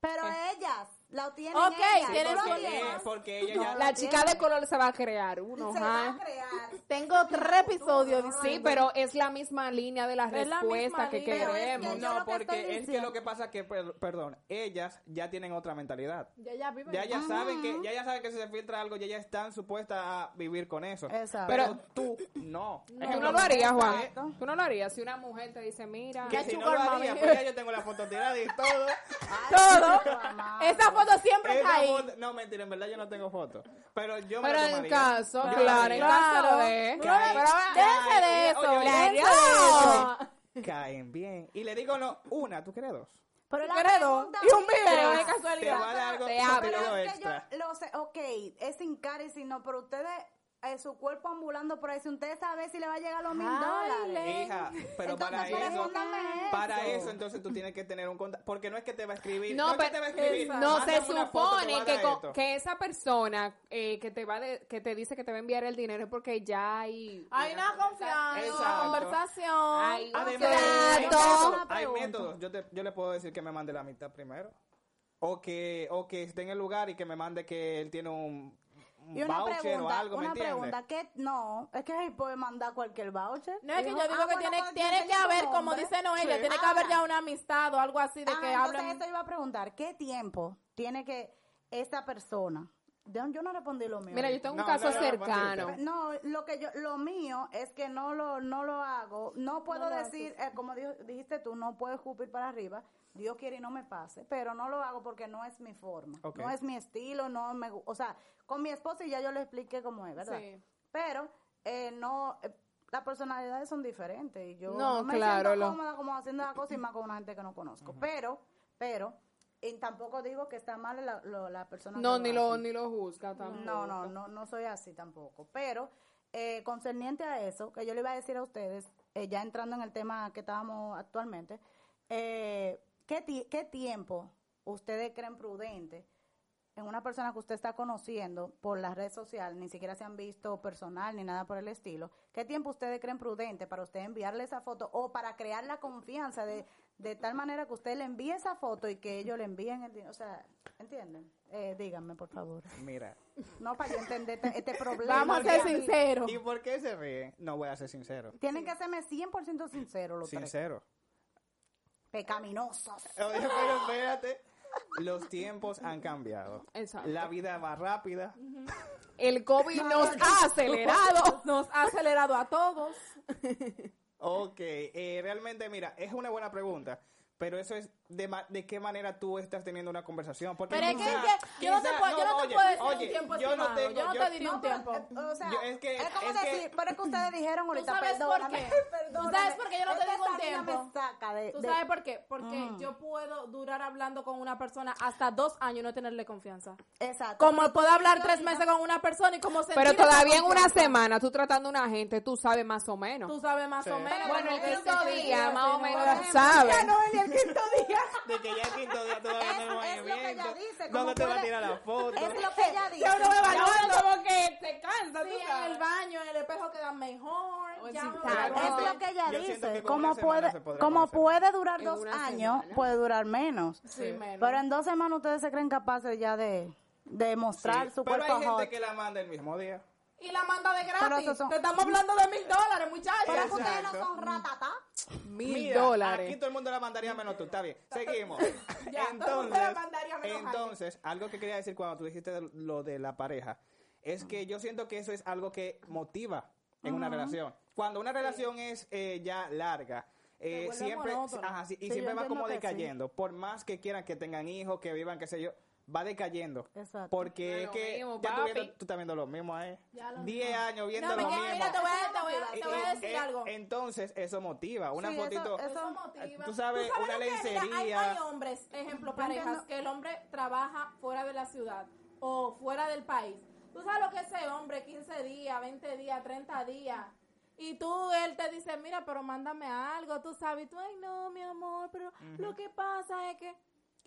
[SPEAKER 2] Pero ellas, la tienen
[SPEAKER 4] Ok,
[SPEAKER 2] ellas.
[SPEAKER 4] tienen
[SPEAKER 2] ¿Tú lo
[SPEAKER 4] su-
[SPEAKER 1] porque,
[SPEAKER 2] tienes?
[SPEAKER 1] porque ella
[SPEAKER 2] No,
[SPEAKER 1] ya
[SPEAKER 3] La chica de color se va a crear uno,
[SPEAKER 2] Se va a
[SPEAKER 3] ajá.
[SPEAKER 2] crear.
[SPEAKER 4] Tengo tres episodios
[SPEAKER 3] Sí, pero es la misma línea de la
[SPEAKER 4] Es la misma
[SPEAKER 3] respuesta que
[SPEAKER 4] línea. Pero
[SPEAKER 2] es que
[SPEAKER 3] queremos.
[SPEAKER 2] yo
[SPEAKER 1] Em, no,
[SPEAKER 2] lo que
[SPEAKER 1] porque
[SPEAKER 2] estoy
[SPEAKER 1] es que
[SPEAKER 2] diciendo-
[SPEAKER 1] lo que pasa es que, per- perdón, ellas ya tienen otra mentalidad.
[SPEAKER 4] Ya, ya, viven.
[SPEAKER 1] Ya ya saben que ya ya saben que si se filtra algo, ya ya están supuestas a vivir con eso.
[SPEAKER 2] Exacto.
[SPEAKER 1] Pero tú no. Es
[SPEAKER 3] Tú
[SPEAKER 1] que
[SPEAKER 3] no
[SPEAKER 1] lo-
[SPEAKER 3] lo harías,
[SPEAKER 2] Exacto.
[SPEAKER 3] Juan. Tú no lo harías. Si una mujer te dice, mira,
[SPEAKER 1] que
[SPEAKER 4] Ya
[SPEAKER 1] si no
[SPEAKER 4] chupa
[SPEAKER 1] lo
[SPEAKER 4] el
[SPEAKER 1] haría,
[SPEAKER 4] mami.
[SPEAKER 1] pues ya yo tengo la foto tirada y todo.
[SPEAKER 4] todo.
[SPEAKER 2] amado.
[SPEAKER 4] Esa foto siempre
[SPEAKER 1] Esa
[SPEAKER 4] está ahí.
[SPEAKER 1] foto- no, mentira, en verdad yo no tengo foto. Pero yo me
[SPEAKER 3] Pero
[SPEAKER 1] la
[SPEAKER 3] en
[SPEAKER 1] tomaría.
[SPEAKER 3] caso,
[SPEAKER 1] Yo la
[SPEAKER 3] claro,
[SPEAKER 1] haría.
[SPEAKER 3] en caso de-
[SPEAKER 4] Pero,
[SPEAKER 1] Caí.
[SPEAKER 4] pero déjense de
[SPEAKER 1] Caí.
[SPEAKER 4] eso.
[SPEAKER 1] Oye, oye,
[SPEAKER 4] déjense
[SPEAKER 1] oye.
[SPEAKER 4] de eso.
[SPEAKER 1] Caen bien. Y le digo no, una, tú quieres dos.
[SPEAKER 2] Pero la
[SPEAKER 4] Credo.
[SPEAKER 2] pregunta
[SPEAKER 4] Y un
[SPEAKER 2] mía-
[SPEAKER 4] video
[SPEAKER 1] Te va
[SPEAKER 4] de
[SPEAKER 1] a
[SPEAKER 4] casualidad.
[SPEAKER 1] dar algo,
[SPEAKER 3] Te hablo.
[SPEAKER 1] pero
[SPEAKER 2] Pero es que
[SPEAKER 1] extra.
[SPEAKER 2] yo lo sé, ok, es sin cara y sin no, pero ustedes, eh, su cuerpo ambulando por ahí, si ustedes saben si le va a llegar los mil
[SPEAKER 4] Ay,
[SPEAKER 2] dólares.
[SPEAKER 4] le-
[SPEAKER 1] Hija, pero
[SPEAKER 2] Entonces,
[SPEAKER 1] para
[SPEAKER 2] pero
[SPEAKER 1] eso,
[SPEAKER 2] póngame eso.
[SPEAKER 1] para eso, entonces tú tienes que tener un contacto, porque no es que te va a escribir, no, es
[SPEAKER 3] No,
[SPEAKER 1] que
[SPEAKER 3] pero
[SPEAKER 1] te va a escribir,
[SPEAKER 3] no se
[SPEAKER 1] "Mándame una foto, te voy
[SPEAKER 3] supone
[SPEAKER 1] a
[SPEAKER 3] que,
[SPEAKER 1] dar
[SPEAKER 3] con-
[SPEAKER 1] esto".
[SPEAKER 3] que esa persona eh, que te va de- que te dice que te va a enviar el dinero es porque ya hay
[SPEAKER 4] Hay una confianza, una
[SPEAKER 1] Exacto.
[SPEAKER 4] conversación.
[SPEAKER 3] Ay,
[SPEAKER 1] Además, hay
[SPEAKER 3] Exacto.
[SPEAKER 1] métodos, Ah, hay
[SPEAKER 2] Pregunta.
[SPEAKER 1] métodos, yo, te, yo le puedo decir que me mande la mitad primero, o que, o que esté en el lugar y que me mande que él tiene un, un
[SPEAKER 2] Y una
[SPEAKER 1] voucher o
[SPEAKER 2] pregunta,
[SPEAKER 1] algo, ¿me
[SPEAKER 2] una
[SPEAKER 1] entiendes?
[SPEAKER 2] pregunta, que no, es que ahí puede mandar cualquier voucher.
[SPEAKER 4] No, es que
[SPEAKER 2] Dijo,
[SPEAKER 4] yo digo
[SPEAKER 2] ah,
[SPEAKER 4] que
[SPEAKER 2] bueno,
[SPEAKER 4] tiene,
[SPEAKER 2] pues,
[SPEAKER 4] tiene que
[SPEAKER 2] enseña tu
[SPEAKER 4] haber, como
[SPEAKER 2] nombre.
[SPEAKER 4] dice Noelia,
[SPEAKER 1] Sí.
[SPEAKER 4] tiene que haber
[SPEAKER 2] Ah.
[SPEAKER 4] ya una amistad o algo así de
[SPEAKER 2] Ah,
[SPEAKER 4] que
[SPEAKER 2] entonces
[SPEAKER 4] hablen.
[SPEAKER 2] eso iba a preguntar, ¿qué tiempo tiene que esta persona? Yo yo no respondí lo mío.
[SPEAKER 3] mira yo tengo un
[SPEAKER 1] No,
[SPEAKER 3] caso
[SPEAKER 1] no, no,
[SPEAKER 3] cercano
[SPEAKER 1] Patricia.
[SPEAKER 2] No, lo que yo, lo mío es que no lo, no lo hago, no puedo decir, eh, como dijo- dijiste tú, no puedo escupir para arriba, Dios quiere y no me pase, pero no lo hago porque no es mi forma,
[SPEAKER 1] Ok.
[SPEAKER 2] no es mi estilo, no me, gu- o sea, con mi esposa y ya yo le expliqué cómo es, ¿verdad?
[SPEAKER 4] Sí.
[SPEAKER 2] Pero eh, no, eh, las personalidades son diferentes y yo
[SPEAKER 3] No,
[SPEAKER 2] no, me
[SPEAKER 3] claro,
[SPEAKER 2] siento
[SPEAKER 3] lo-
[SPEAKER 2] cómoda como haciendo la cosa y más con una gente que no conozco, pero, pero, y tampoco digo que está mal la, lo- la persona.
[SPEAKER 3] no
[SPEAKER 2] que
[SPEAKER 3] ni
[SPEAKER 2] hace.
[SPEAKER 3] lo ni lo juzga tampoco
[SPEAKER 2] No, no, no, no soy así tampoco. Pero eh, concerniente a eso, que yo le iba a decir a ustedes, eh, ya entrando en el tema que estábamos actualmente, eh, ¿qué, ti- ¿qué tiempo ustedes creen prudente en una persona que usted está conociendo por las redes sociales, ni siquiera se han visto personal ni nada por el estilo? ¿Qué tiempo ustedes creen prudente para usted enviarle esa foto o para crear la confianza de, de tal manera que usted le envíe esa foto y que ellos le envíen el dinero? O sea, ¿entienden? Eh, díganme, por favor.
[SPEAKER 1] Mira,
[SPEAKER 2] No, para yo entender este, este problema.
[SPEAKER 4] Vamos a ser
[SPEAKER 2] Porque
[SPEAKER 4] sinceros.
[SPEAKER 1] ¿y por qué se ríen? No voy a ser sincero,
[SPEAKER 2] Tienen que hacerme 100% sincero los tres.
[SPEAKER 1] sincero.
[SPEAKER 2] Pecaminosos.
[SPEAKER 1] Oye, pero espérate. Los tiempos han cambiado.
[SPEAKER 3] Exacto.
[SPEAKER 1] La vida va rápida.
[SPEAKER 3] el covid nos ha acelerado
[SPEAKER 4] Nos ha acelerado a todos.
[SPEAKER 1] Ok, eh, realmente, mira, es una buena pregunta. Pero eso es de, ma- de qué manera tú estás teniendo una conversación. Porque
[SPEAKER 4] Pero es que-
[SPEAKER 1] quizá-
[SPEAKER 4] es que yo no te
[SPEAKER 1] quizá-
[SPEAKER 4] puedo- yo no te puedo decir un
[SPEAKER 1] oye,
[SPEAKER 4] tiempo
[SPEAKER 1] yo no
[SPEAKER 4] estimado,
[SPEAKER 1] tengo-
[SPEAKER 4] yo no
[SPEAKER 1] yo-
[SPEAKER 4] te diría un
[SPEAKER 2] pero,
[SPEAKER 4] tiempo.
[SPEAKER 2] eh, o sea,
[SPEAKER 1] Yo- es que-
[SPEAKER 2] como
[SPEAKER 1] es que-
[SPEAKER 2] decir, pero es que ustedes dijeron ahorita,
[SPEAKER 4] sabes por
[SPEAKER 2] perdóname,
[SPEAKER 4] qué?
[SPEAKER 2] perdóname.
[SPEAKER 4] ¿Tú sabes por qué yo no te
[SPEAKER 2] Esta
[SPEAKER 4] digo un
[SPEAKER 2] salida
[SPEAKER 4] tiempo?
[SPEAKER 2] me saca de-
[SPEAKER 4] ¿Tú
[SPEAKER 2] eh, de-
[SPEAKER 4] sabes por qué? Porque yo puedo durar hablando con una persona hasta dos años y no tenerle confianza.
[SPEAKER 2] Exacto.
[SPEAKER 4] Como puedo hablar tres meses con una persona y como sentir
[SPEAKER 3] pero
[SPEAKER 4] esa
[SPEAKER 3] todavía en una
[SPEAKER 4] confianza.
[SPEAKER 3] semana tú tratando a una gente tú sabes más o menos
[SPEAKER 4] Tú sabes más
[SPEAKER 1] Sí.
[SPEAKER 4] o menos.
[SPEAKER 3] bueno el
[SPEAKER 4] como que
[SPEAKER 3] quinto
[SPEAKER 4] sí,
[SPEAKER 3] día
[SPEAKER 4] sí,
[SPEAKER 3] más o
[SPEAKER 4] sí,
[SPEAKER 3] menos
[SPEAKER 4] no,
[SPEAKER 3] ya sabes
[SPEAKER 2] Ya no, en el quinto día.
[SPEAKER 1] De que ya el quinto día tú vas a
[SPEAKER 2] Eso es
[SPEAKER 1] el
[SPEAKER 2] lo que ella
[SPEAKER 1] movimiento.
[SPEAKER 2] dice, como
[SPEAKER 1] ¿Dónde te va a
[SPEAKER 2] puede-
[SPEAKER 1] tirar la foto?
[SPEAKER 2] Es lo que ella dice.
[SPEAKER 3] Ya uno va evaluando como que te cansa
[SPEAKER 4] Sí, en el baño, en el espejo quedan mejor.
[SPEAKER 3] O
[SPEAKER 4] ya
[SPEAKER 3] sí,
[SPEAKER 4] uno
[SPEAKER 3] tal.
[SPEAKER 4] evalúa.
[SPEAKER 2] Es lo que ella
[SPEAKER 1] Yo siento que
[SPEAKER 2] dice.
[SPEAKER 1] con una
[SPEAKER 2] Como
[SPEAKER 1] semana
[SPEAKER 2] puede,
[SPEAKER 1] se podrá
[SPEAKER 2] como
[SPEAKER 1] conocer.
[SPEAKER 2] puede durar
[SPEAKER 3] En
[SPEAKER 2] dos
[SPEAKER 3] una
[SPEAKER 2] años,
[SPEAKER 3] semana.
[SPEAKER 2] puede durar menos.
[SPEAKER 4] Sí, menos.
[SPEAKER 2] Pero en dos semanas ustedes se creen capaces ya de, de mostrar
[SPEAKER 1] Sí,
[SPEAKER 2] su
[SPEAKER 1] pero
[SPEAKER 2] cuerpo
[SPEAKER 1] hay gente
[SPEAKER 2] hot.
[SPEAKER 1] que la manda el mismo día.
[SPEAKER 4] Y la manda de
[SPEAKER 2] Pero eso
[SPEAKER 4] gratis.
[SPEAKER 2] son-
[SPEAKER 4] Te estamos hablando de mil dólares,
[SPEAKER 2] Pero
[SPEAKER 4] muchachos.
[SPEAKER 2] que ustedes no
[SPEAKER 1] Exacto.
[SPEAKER 2] son ratatá.
[SPEAKER 3] mil
[SPEAKER 1] Mira,
[SPEAKER 3] dólares
[SPEAKER 1] Aquí todo el mundo la mandaría menos tú, está bien. Seguimos.
[SPEAKER 4] Ya, todo el mundo
[SPEAKER 1] entonces,
[SPEAKER 4] la mandaría menos Jaime.
[SPEAKER 1] entonces, algo que quería decir cuando tú dijiste de lo de la pareja, es que yo siento que eso es algo que motiva en una relación. Cuando una relación es eh, ya larga, eh,
[SPEAKER 4] vuelve
[SPEAKER 1] siempre,
[SPEAKER 4] monótona.
[SPEAKER 1] ajá, sí, y
[SPEAKER 2] Sí,
[SPEAKER 1] siempre
[SPEAKER 2] yo
[SPEAKER 1] va
[SPEAKER 2] entiendo
[SPEAKER 1] como
[SPEAKER 2] que sí.
[SPEAKER 1] decayendo. Por más que quieran que tengan hijos, que vivan, qué sé yo, va decayendo.
[SPEAKER 2] Exacto.
[SPEAKER 1] Porque es
[SPEAKER 3] Lo
[SPEAKER 1] que
[SPEAKER 3] mismo,
[SPEAKER 1] ya tú,
[SPEAKER 3] papi.
[SPEAKER 1] viendo- tú estás viendo lo mismo, ¿eh?
[SPEAKER 4] Ya lo
[SPEAKER 1] 10 años viendo
[SPEAKER 4] No, me
[SPEAKER 1] lo
[SPEAKER 4] quedo,
[SPEAKER 1] mismo.
[SPEAKER 4] mira, te voy a, te voy a- te voy a
[SPEAKER 1] Y-
[SPEAKER 4] decir
[SPEAKER 1] eh,
[SPEAKER 4] algo.
[SPEAKER 1] entonces, eso motiva. Una
[SPEAKER 2] Sí, eso-
[SPEAKER 1] fotito.
[SPEAKER 2] eso-
[SPEAKER 4] Eso motiva.
[SPEAKER 1] Tú sabes, una
[SPEAKER 4] lo que es? Mira, Hay,
[SPEAKER 1] lencería.
[SPEAKER 4] hay hombres, ejemplo,
[SPEAKER 2] Yo entiendo-
[SPEAKER 4] parejas, que el hombre trabaja fuera de la ciudad o fuera del país. Tú sabes lo que ese hombre, 15 días, 20 días, 30 días. Y tú, él te dice, mira, pero mándame algo, tú sabes. Y tú, ay, no, mi amor, pero lo que pasa es que...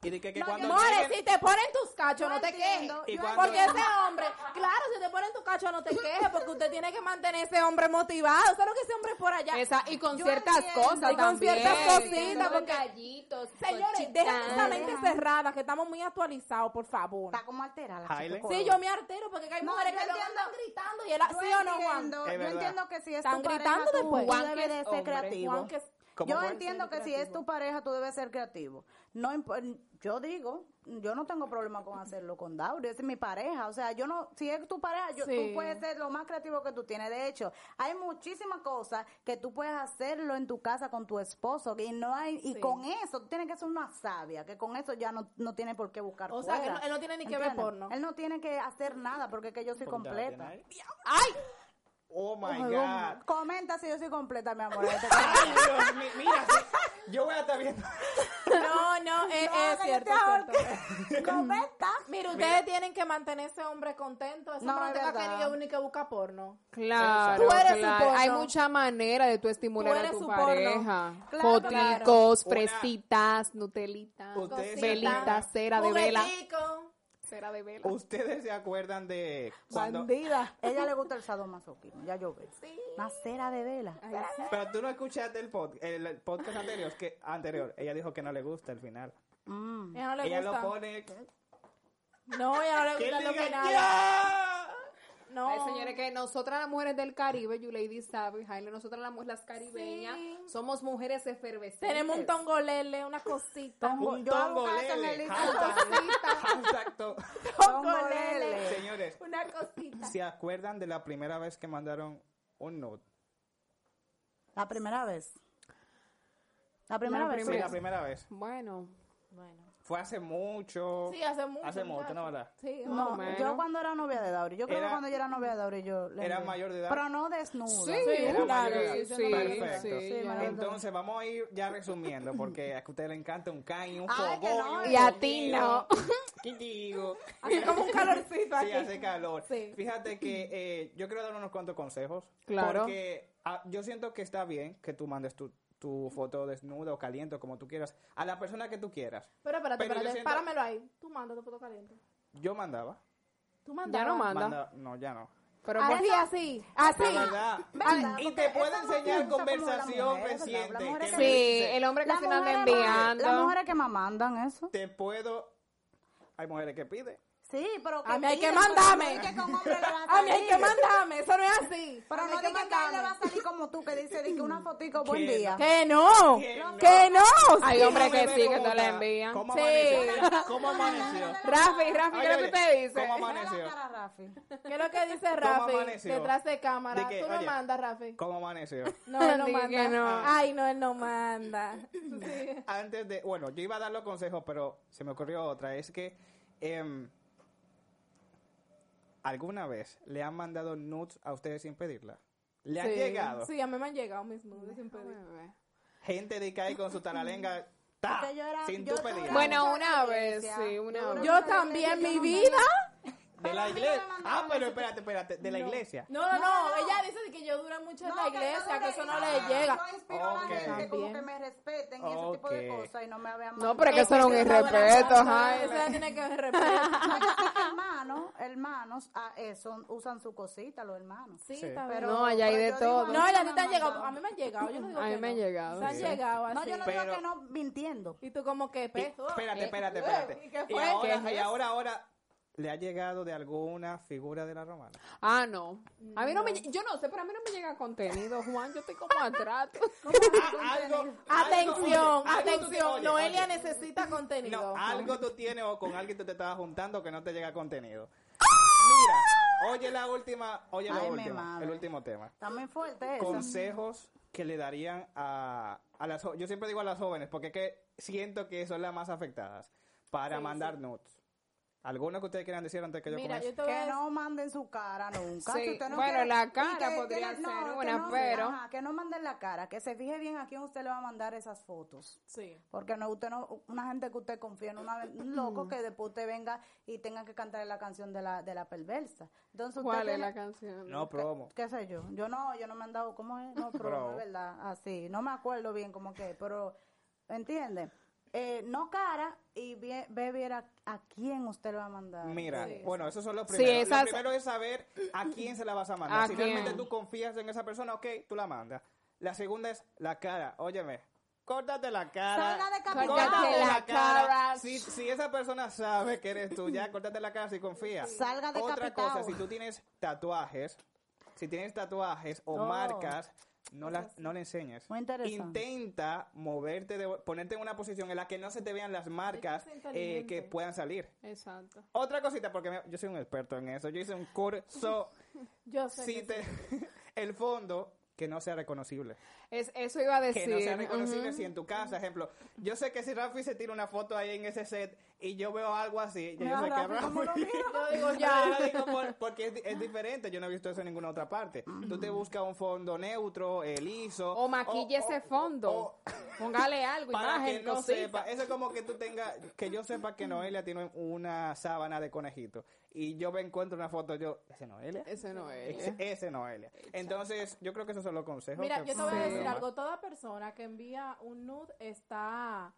[SPEAKER 1] Y de que, que
[SPEAKER 2] No,
[SPEAKER 1] cuando
[SPEAKER 2] yo-
[SPEAKER 4] More,
[SPEAKER 1] lleguen-
[SPEAKER 4] si te ponen tus cachos,
[SPEAKER 2] Yo
[SPEAKER 4] no te quejes.
[SPEAKER 2] entiendo,
[SPEAKER 1] ¿Y yo cuándo-
[SPEAKER 4] Porque
[SPEAKER 1] entiendo.
[SPEAKER 4] ese hombre, claro, si te ponen tus cachos, no te quejes, porque usted tiene que mantener a ese hombre motivado. ¿Sabes lo que ese hombre es por allá?
[SPEAKER 3] Esa, y con
[SPEAKER 2] Yo
[SPEAKER 3] ciertas
[SPEAKER 2] entiendo,
[SPEAKER 3] cosas
[SPEAKER 4] y con
[SPEAKER 3] también.
[SPEAKER 4] ciertas cositas,
[SPEAKER 5] Los
[SPEAKER 4] porque-
[SPEAKER 5] gallitos,
[SPEAKER 4] Señores,
[SPEAKER 5] cochitas.
[SPEAKER 4] dejen esa mente cerrada, que estamos muy actualizados, por favor.
[SPEAKER 2] Está como alterada.
[SPEAKER 1] Jaile.
[SPEAKER 2] chico,
[SPEAKER 4] Sí,
[SPEAKER 2] coro.
[SPEAKER 4] yo me altero porque hay
[SPEAKER 2] No,
[SPEAKER 4] mujeres
[SPEAKER 2] yo
[SPEAKER 4] que luego
[SPEAKER 2] entiendo.
[SPEAKER 4] andan gritando y él así o no, Juan.
[SPEAKER 2] entiendo,
[SPEAKER 1] Es
[SPEAKER 2] yo
[SPEAKER 1] verdad.
[SPEAKER 2] entiendo que si es
[SPEAKER 4] Están
[SPEAKER 2] tu pareja,
[SPEAKER 4] gritando
[SPEAKER 2] tú,
[SPEAKER 4] después.
[SPEAKER 2] tú
[SPEAKER 5] Juan, que
[SPEAKER 2] debes
[SPEAKER 5] es
[SPEAKER 2] de ser
[SPEAKER 5] hombre.
[SPEAKER 2] creativo.
[SPEAKER 4] Juan, que-
[SPEAKER 1] ¿Cómo
[SPEAKER 2] Yo
[SPEAKER 1] fue?
[SPEAKER 2] entiendo que si es tu pareja, tú debes ser creativo. No imp- yo digo, yo no tengo problema con hacerlo con Dauri, es mi pareja. O sea, yo no, si es tu pareja, yo,
[SPEAKER 4] Sí.
[SPEAKER 2] tú puedes ser lo más creativo que tú tienes. De hecho, hay muchísimas cosas que tú puedes hacerlo en tu casa con tu esposo y no hay, y
[SPEAKER 4] Sí.
[SPEAKER 2] con eso, tú tienes que ser una sabia, que con eso ya no, no tienes por qué buscar
[SPEAKER 4] O sea, que
[SPEAKER 2] fuera.
[SPEAKER 4] él no- él no tiene ni que ver porno.
[SPEAKER 2] Él no tiene que hacer nada porque es que yo soy completa.
[SPEAKER 4] ¡Ay!
[SPEAKER 1] Oh my
[SPEAKER 2] Ojo,
[SPEAKER 1] god.
[SPEAKER 2] Comenta si yo soy completa, mi amor.
[SPEAKER 1] Ay, Dios mío, mira, sí, yo voy a estar viendo.
[SPEAKER 4] No, no, es,
[SPEAKER 2] No,
[SPEAKER 4] es
[SPEAKER 2] que yo
[SPEAKER 4] cierto.
[SPEAKER 2] te
[SPEAKER 4] es
[SPEAKER 2] ahorque.
[SPEAKER 4] cierto.
[SPEAKER 2] Comenta.
[SPEAKER 4] Mira, ustedes tienen que mantener a ese hombre contento. Ese
[SPEAKER 2] No,
[SPEAKER 4] hombre no
[SPEAKER 2] es
[SPEAKER 4] te va a
[SPEAKER 2] verdad.
[SPEAKER 4] querer ni que busca porno.
[SPEAKER 3] Claro,
[SPEAKER 4] Tú eres su
[SPEAKER 3] claro.
[SPEAKER 4] porno.
[SPEAKER 3] Hay mucha manera de tú estimular
[SPEAKER 4] Tú
[SPEAKER 3] a
[SPEAKER 4] eres
[SPEAKER 3] tu
[SPEAKER 4] su porno.
[SPEAKER 3] pareja.
[SPEAKER 2] Claro,
[SPEAKER 3] Foticos,
[SPEAKER 1] claro.
[SPEAKER 3] fresitas, nutelitas,
[SPEAKER 1] Ustedes-
[SPEAKER 3] velita, cera de vela.
[SPEAKER 4] Juguetico.
[SPEAKER 3] Cera de vela.
[SPEAKER 1] ¿Ustedes se acuerdan de cuando
[SPEAKER 4] Bandida.
[SPEAKER 2] Ella le gusta el sadomasoquismo, ya yo veo.
[SPEAKER 4] Sí.
[SPEAKER 2] Una cera de vela.
[SPEAKER 3] Ay, sí.
[SPEAKER 1] Pero tú no escuchaste el, pod- el- el podcast anterior, que anterior, ella dijo que no le gusta el final.
[SPEAKER 2] Mm.
[SPEAKER 4] Ella no le
[SPEAKER 1] ella
[SPEAKER 4] gusta.
[SPEAKER 1] lo pone
[SPEAKER 4] No, ella no le
[SPEAKER 1] que
[SPEAKER 4] gusta
[SPEAKER 1] él
[SPEAKER 4] lo que
[SPEAKER 1] diga
[SPEAKER 4] nada.
[SPEAKER 1] ya.
[SPEAKER 4] No.
[SPEAKER 3] Ay, señores, que nosotras las mujeres del Caribe, Yuleidy sabe, Jaile, nosotras las, mu- las caribeñas,
[SPEAKER 4] Sí.
[SPEAKER 3] somos mujeres efervescentes.
[SPEAKER 4] Tenemos un tongolele, una cosita.
[SPEAKER 1] Un
[SPEAKER 2] Yo hago caso en
[SPEAKER 1] tongolele.
[SPEAKER 2] el
[SPEAKER 1] Hashtag, hashtag to-
[SPEAKER 2] Tongolele.
[SPEAKER 1] Señores,
[SPEAKER 4] Una cosita.
[SPEAKER 1] ¿se acuerdan de la primera vez que mandaron un nude?
[SPEAKER 2] La primera vez. La primera
[SPEAKER 3] La
[SPEAKER 2] vez.
[SPEAKER 1] Sí,
[SPEAKER 3] Primera.
[SPEAKER 1] la primera vez.
[SPEAKER 3] Bueno,
[SPEAKER 4] Bueno.
[SPEAKER 1] Fue hace mucho.
[SPEAKER 4] Sí, hace mucho.
[SPEAKER 1] Hace mucho,
[SPEAKER 4] muchacho.
[SPEAKER 1] ¿no, verdad?
[SPEAKER 4] Sí,
[SPEAKER 2] No,
[SPEAKER 3] Más o menos.
[SPEAKER 2] yo cuando era novia de Dauri, yo creo
[SPEAKER 1] Era-
[SPEAKER 2] que cuando yo era novia de Dauri yo le
[SPEAKER 1] era
[SPEAKER 2] envié.
[SPEAKER 1] mayor de edad.
[SPEAKER 2] Pero no desnuda.
[SPEAKER 3] sí,
[SPEAKER 1] era
[SPEAKER 3] claro,
[SPEAKER 1] mayor de
[SPEAKER 3] sí,
[SPEAKER 1] edad.
[SPEAKER 3] sí,
[SPEAKER 1] Perfecto.
[SPEAKER 3] sí,
[SPEAKER 2] Sí,
[SPEAKER 3] ya.
[SPEAKER 2] mayor de edad.
[SPEAKER 1] Entonces, vamos a ir ya resumiendo, porque a que a usted le encanta un can y un
[SPEAKER 2] Ay, que
[SPEAKER 1] fogón.
[SPEAKER 2] no,
[SPEAKER 1] un
[SPEAKER 3] y a ti
[SPEAKER 1] fogueo.
[SPEAKER 3] no.
[SPEAKER 1] ¿Qué digo?
[SPEAKER 4] Hace como un calorcito
[SPEAKER 1] Sí,
[SPEAKER 4] aquí.
[SPEAKER 1] hace calor.
[SPEAKER 4] Sí.
[SPEAKER 1] Fíjate que eh, yo quiero dar unos cuantos consejos.
[SPEAKER 3] Claro.
[SPEAKER 1] Porque ah, yo siento que está bien que tú mandes tu, tu foto desnuda o caliente o como tú quieras a la persona que tú quieras.
[SPEAKER 4] Pero espérate,
[SPEAKER 1] Pero yo
[SPEAKER 4] espérate,
[SPEAKER 1] siento-
[SPEAKER 4] páramelo ahí. Tú manda tu foto caliente.
[SPEAKER 1] Yo mandaba.
[SPEAKER 4] Tú manda.
[SPEAKER 3] Ya no manda.
[SPEAKER 1] Manda- no, ya no.
[SPEAKER 3] Pero
[SPEAKER 4] Ahora
[SPEAKER 3] por-
[SPEAKER 4] sí, así, así.
[SPEAKER 1] La verdad.
[SPEAKER 2] ¿Verdad?
[SPEAKER 1] Y
[SPEAKER 2] Porque
[SPEAKER 1] te puedo
[SPEAKER 2] eso no
[SPEAKER 1] enseñar
[SPEAKER 2] piensa como la
[SPEAKER 1] conversación
[SPEAKER 2] mujer, ¿verdad?
[SPEAKER 1] reciente.
[SPEAKER 2] La mujer
[SPEAKER 1] que
[SPEAKER 2] es
[SPEAKER 1] me
[SPEAKER 3] sí,
[SPEAKER 1] dice,
[SPEAKER 3] el hombre
[SPEAKER 2] Las
[SPEAKER 3] casi no anda
[SPEAKER 2] mujeres- Las
[SPEAKER 3] enviando.
[SPEAKER 2] mujeres que me mandan eso.
[SPEAKER 1] Te puedo... Hay mujeres que piden.
[SPEAKER 2] Sí, pero
[SPEAKER 4] A mí hay que
[SPEAKER 2] piden, pero no
[SPEAKER 4] mandarme.
[SPEAKER 2] di que con hombre le va
[SPEAKER 4] A mí hay que
[SPEAKER 2] salir.
[SPEAKER 4] mandarme, eso no es así.
[SPEAKER 2] Pero
[SPEAKER 4] A mí
[SPEAKER 2] no
[SPEAKER 4] hay que
[SPEAKER 2] digas que a él le va a
[SPEAKER 4] mandarme.
[SPEAKER 2] salir como tú, que dice di que una fotico, buen
[SPEAKER 1] Que
[SPEAKER 2] día.
[SPEAKER 4] Que no,
[SPEAKER 1] Que no.
[SPEAKER 4] que no.
[SPEAKER 3] Hay
[SPEAKER 4] sí.
[SPEAKER 3] hombres que
[SPEAKER 1] Déjame
[SPEAKER 3] sí,
[SPEAKER 1] ver
[SPEAKER 3] que
[SPEAKER 1] cómo
[SPEAKER 3] no le
[SPEAKER 1] está.
[SPEAKER 3] envían.
[SPEAKER 1] ¿Cómo
[SPEAKER 4] Sí.
[SPEAKER 1] amaneció? ¿Cómo amaneció?
[SPEAKER 3] Rafi, Rafi, ¿qué es lo que
[SPEAKER 1] Oye,
[SPEAKER 3] usted dice?
[SPEAKER 1] ¿Cómo
[SPEAKER 2] Mira la
[SPEAKER 1] amaneció?
[SPEAKER 2] cara, Rafi.
[SPEAKER 4] ¿Qué es lo que dice Rafi
[SPEAKER 1] amaneció?
[SPEAKER 4] detrás de cámara?
[SPEAKER 1] De que,
[SPEAKER 4] Tú no
[SPEAKER 1] oye.
[SPEAKER 4] mandas, Rafi.
[SPEAKER 1] ¿Cómo amaneció?
[SPEAKER 4] No, él no
[SPEAKER 3] Dije que
[SPEAKER 4] manda.
[SPEAKER 3] no.
[SPEAKER 4] Ay, no, él no manda. Sí.
[SPEAKER 1] antes de, bueno, yo iba a dar los consejos, pero se me ocurrió otra, es que em, alguna vez le han mandado nudes a ustedes sin pedirla. Le han
[SPEAKER 4] Sí.
[SPEAKER 1] llegado
[SPEAKER 4] Sí, a mí me han llegado mis nudes sin pedir.
[SPEAKER 3] Ah,
[SPEAKER 1] gente de que ahí con su talalenga ta,
[SPEAKER 2] Porque yo era-
[SPEAKER 1] sin
[SPEAKER 2] yo
[SPEAKER 1] tu pedir.
[SPEAKER 2] duraba
[SPEAKER 3] Bueno,
[SPEAKER 2] mucha
[SPEAKER 3] una vez,
[SPEAKER 2] experiencia.
[SPEAKER 3] sí, una
[SPEAKER 2] Yo
[SPEAKER 3] vez.
[SPEAKER 2] duraba
[SPEAKER 4] Yo
[SPEAKER 2] mucha
[SPEAKER 4] también, mi
[SPEAKER 2] experiencia, yo no
[SPEAKER 4] vida.
[SPEAKER 1] de la iglesia. Ah, pero espérate, espérate, de la iglesia.
[SPEAKER 4] No, no, no, ella dice que yo duré mucho en la
[SPEAKER 2] No, que
[SPEAKER 4] iglesia,
[SPEAKER 2] yo
[SPEAKER 4] que
[SPEAKER 2] dure-
[SPEAKER 4] eso no
[SPEAKER 2] yo
[SPEAKER 4] le llega.
[SPEAKER 2] inspiro a la
[SPEAKER 1] Ok.
[SPEAKER 2] gente como
[SPEAKER 4] También.
[SPEAKER 2] que me respeten y ese tipo de
[SPEAKER 1] Ok.
[SPEAKER 2] cosas y no me habían
[SPEAKER 3] No, pero que
[SPEAKER 2] mandado.
[SPEAKER 3] eso era un irrespeto,
[SPEAKER 4] Eso
[SPEAKER 3] Jaime.
[SPEAKER 4] ya tiene que ver respeto.
[SPEAKER 2] No, yo sé que hermanos, hermanos, ah, eh, son- usan su cosita los hermanos.
[SPEAKER 4] Sí,
[SPEAKER 1] Sí.
[SPEAKER 4] está bien.
[SPEAKER 2] Pero,
[SPEAKER 3] No, allá hay
[SPEAKER 2] pero
[SPEAKER 3] de
[SPEAKER 2] yo
[SPEAKER 3] todo.
[SPEAKER 2] digo,
[SPEAKER 4] No, y
[SPEAKER 2] mí
[SPEAKER 4] a
[SPEAKER 2] me
[SPEAKER 4] ti
[SPEAKER 2] han
[SPEAKER 4] te han llegado.
[SPEAKER 2] mandado.
[SPEAKER 4] A mí me han llegado. Yo no digo
[SPEAKER 3] A mí
[SPEAKER 4] que
[SPEAKER 3] me han
[SPEAKER 4] no.
[SPEAKER 3] llegado,
[SPEAKER 4] Se han
[SPEAKER 1] sí.
[SPEAKER 4] llegado así.
[SPEAKER 2] No, yo no
[SPEAKER 1] Pero-
[SPEAKER 2] digo que no mintiendo.
[SPEAKER 4] Y tú como que
[SPEAKER 1] Y-
[SPEAKER 4] peso.
[SPEAKER 1] espérate, espérate,
[SPEAKER 4] Eh,
[SPEAKER 1] espérate.
[SPEAKER 4] ¿y qué
[SPEAKER 1] Y
[SPEAKER 4] fue?
[SPEAKER 1] ahora,
[SPEAKER 4] ¿Qué
[SPEAKER 1] y
[SPEAKER 4] es?
[SPEAKER 1] ahora, ahora, le ha llegado de alguna figura de la romana.
[SPEAKER 3] Ah, no. A mí no me, lle- yo no sé, pero a mí no me llega contenido, Juan. Yo estoy como atrás.
[SPEAKER 1] Ah, algo- algo-
[SPEAKER 4] Atención,
[SPEAKER 1] oye, algo tú-
[SPEAKER 4] atención.
[SPEAKER 1] oye,
[SPEAKER 4] Noelia
[SPEAKER 1] oye.
[SPEAKER 4] necesita contenido.
[SPEAKER 1] No, algo tú tienes o con alguien tú te estabas juntando que no te llega contenido.
[SPEAKER 4] ¡Ah!
[SPEAKER 1] Mira, oye la última, oye la
[SPEAKER 2] Ay, mi
[SPEAKER 1] última,
[SPEAKER 2] madre.
[SPEAKER 1] el último tema.
[SPEAKER 2] Está muy fuerte eso.
[SPEAKER 1] Consejos que le darían a, a las jo- yo siempre digo a las jóvenes porque es que siento que son las más afectadas para mandar nudes. ¿Alguna que ustedes quieran decir antes que yo
[SPEAKER 4] Mira,
[SPEAKER 1] comience?
[SPEAKER 4] yo te voy a
[SPEAKER 2] Que
[SPEAKER 4] decir-
[SPEAKER 2] no manden su cara nunca.
[SPEAKER 3] Sí,
[SPEAKER 2] Si usted no
[SPEAKER 3] bueno,
[SPEAKER 2] quiere-
[SPEAKER 3] la
[SPEAKER 2] y
[SPEAKER 3] cara
[SPEAKER 2] que-
[SPEAKER 3] podría
[SPEAKER 2] que no,
[SPEAKER 3] ser
[SPEAKER 2] que
[SPEAKER 3] una,
[SPEAKER 2] no,
[SPEAKER 3] pero-
[SPEAKER 2] ajá, que no manden la cara, que se fije bien a quién usted le va a mandar esas fotos.
[SPEAKER 4] Sí.
[SPEAKER 2] Porque no, usted no, una gente que usted confía en una, un loco que después usted venga y tenga que cantar la canción de la, de la perversa. Entonces usted
[SPEAKER 3] ¿Cuál es
[SPEAKER 2] tiene-
[SPEAKER 3] la canción?
[SPEAKER 1] No promo.
[SPEAKER 2] qué sé yo, yo no, yo no me han dado, ¿cómo es? No, pero
[SPEAKER 1] Bravo.
[SPEAKER 2] es verdad, así, no me acuerdo bien cómo que, es, pero, ¿entiende? Eh, no cara y ve, ve bien a, a quién usted le va a mandar. eh,
[SPEAKER 1] Mira,
[SPEAKER 4] Sí.
[SPEAKER 1] bueno, esos son los
[SPEAKER 3] Sí,
[SPEAKER 1] primeros.
[SPEAKER 3] esas-
[SPEAKER 1] Lo primero es saber a quién se la vas a mandar.
[SPEAKER 3] ¿A
[SPEAKER 1] si
[SPEAKER 3] quién?
[SPEAKER 1] realmente tú confías en esa persona, ok, tú la mandas. La segunda es la cara. Óyeme, córtate la cara.
[SPEAKER 2] Salga de
[SPEAKER 1] córtate
[SPEAKER 2] capital.
[SPEAKER 3] Córtate la
[SPEAKER 1] la cara.
[SPEAKER 3] cara.
[SPEAKER 1] Si, si esa persona sabe que eres tú, ya córtate la cara si confías.
[SPEAKER 2] Salga de
[SPEAKER 1] Otra
[SPEAKER 2] capital.
[SPEAKER 1] cosa, si tú tienes tatuajes, si tienes tatuajes o
[SPEAKER 2] Oh.
[SPEAKER 1] marcas, no, las, no le enseñes.
[SPEAKER 2] Muy interesante.
[SPEAKER 1] Intenta moverte, de, ponerte en una posición en la que no se te vean las marcas
[SPEAKER 4] Es
[SPEAKER 1] eh,
[SPEAKER 4] inteligente.
[SPEAKER 1] que puedan salir.
[SPEAKER 3] Exacto.
[SPEAKER 1] Otra cosita, porque me- yo soy un experto en eso. Yo hice un curso.
[SPEAKER 4] Yo sé.
[SPEAKER 1] si
[SPEAKER 4] que
[SPEAKER 1] te- el fondo que no sea reconocible.
[SPEAKER 3] Es, eso iba a decir.
[SPEAKER 1] Que no sea reconocible
[SPEAKER 3] ujú.
[SPEAKER 1] si en tu casa, ejemplo. Yo sé que si Rafi se tira una foto ahí en ese set y yo veo algo así, ya yo sé que
[SPEAKER 2] Rafi, ¿cómo lo
[SPEAKER 1] Rafi.
[SPEAKER 2] mira?
[SPEAKER 4] Yo digo,
[SPEAKER 1] Ya,
[SPEAKER 4] ya.
[SPEAKER 1] lo digo por- porque es, di- es diferente, yo no he visto eso en ninguna otra parte. Tú te buscas un fondo neutro, eh, liso.
[SPEAKER 3] O maquille
[SPEAKER 1] o-
[SPEAKER 3] ese
[SPEAKER 1] o-
[SPEAKER 3] fondo.
[SPEAKER 1] o-
[SPEAKER 3] Póngale algo,
[SPEAKER 1] para
[SPEAKER 3] imagen,
[SPEAKER 1] que no
[SPEAKER 3] cosita.
[SPEAKER 1] sepa. Eso es como que tú tengas, que yo sepa que Noelia tiene una sábana de conejito. Y yo me encuentro una foto, yo, ¿ese Noelia?
[SPEAKER 3] Ese no es.
[SPEAKER 1] Ese, ese Noelia. Entonces, yo creo que esos son los consejos.
[SPEAKER 4] Mira,
[SPEAKER 1] que-
[SPEAKER 4] yo te voy a
[SPEAKER 1] que
[SPEAKER 4] decir
[SPEAKER 1] toma.
[SPEAKER 4] algo. Toda persona que envía un nude está.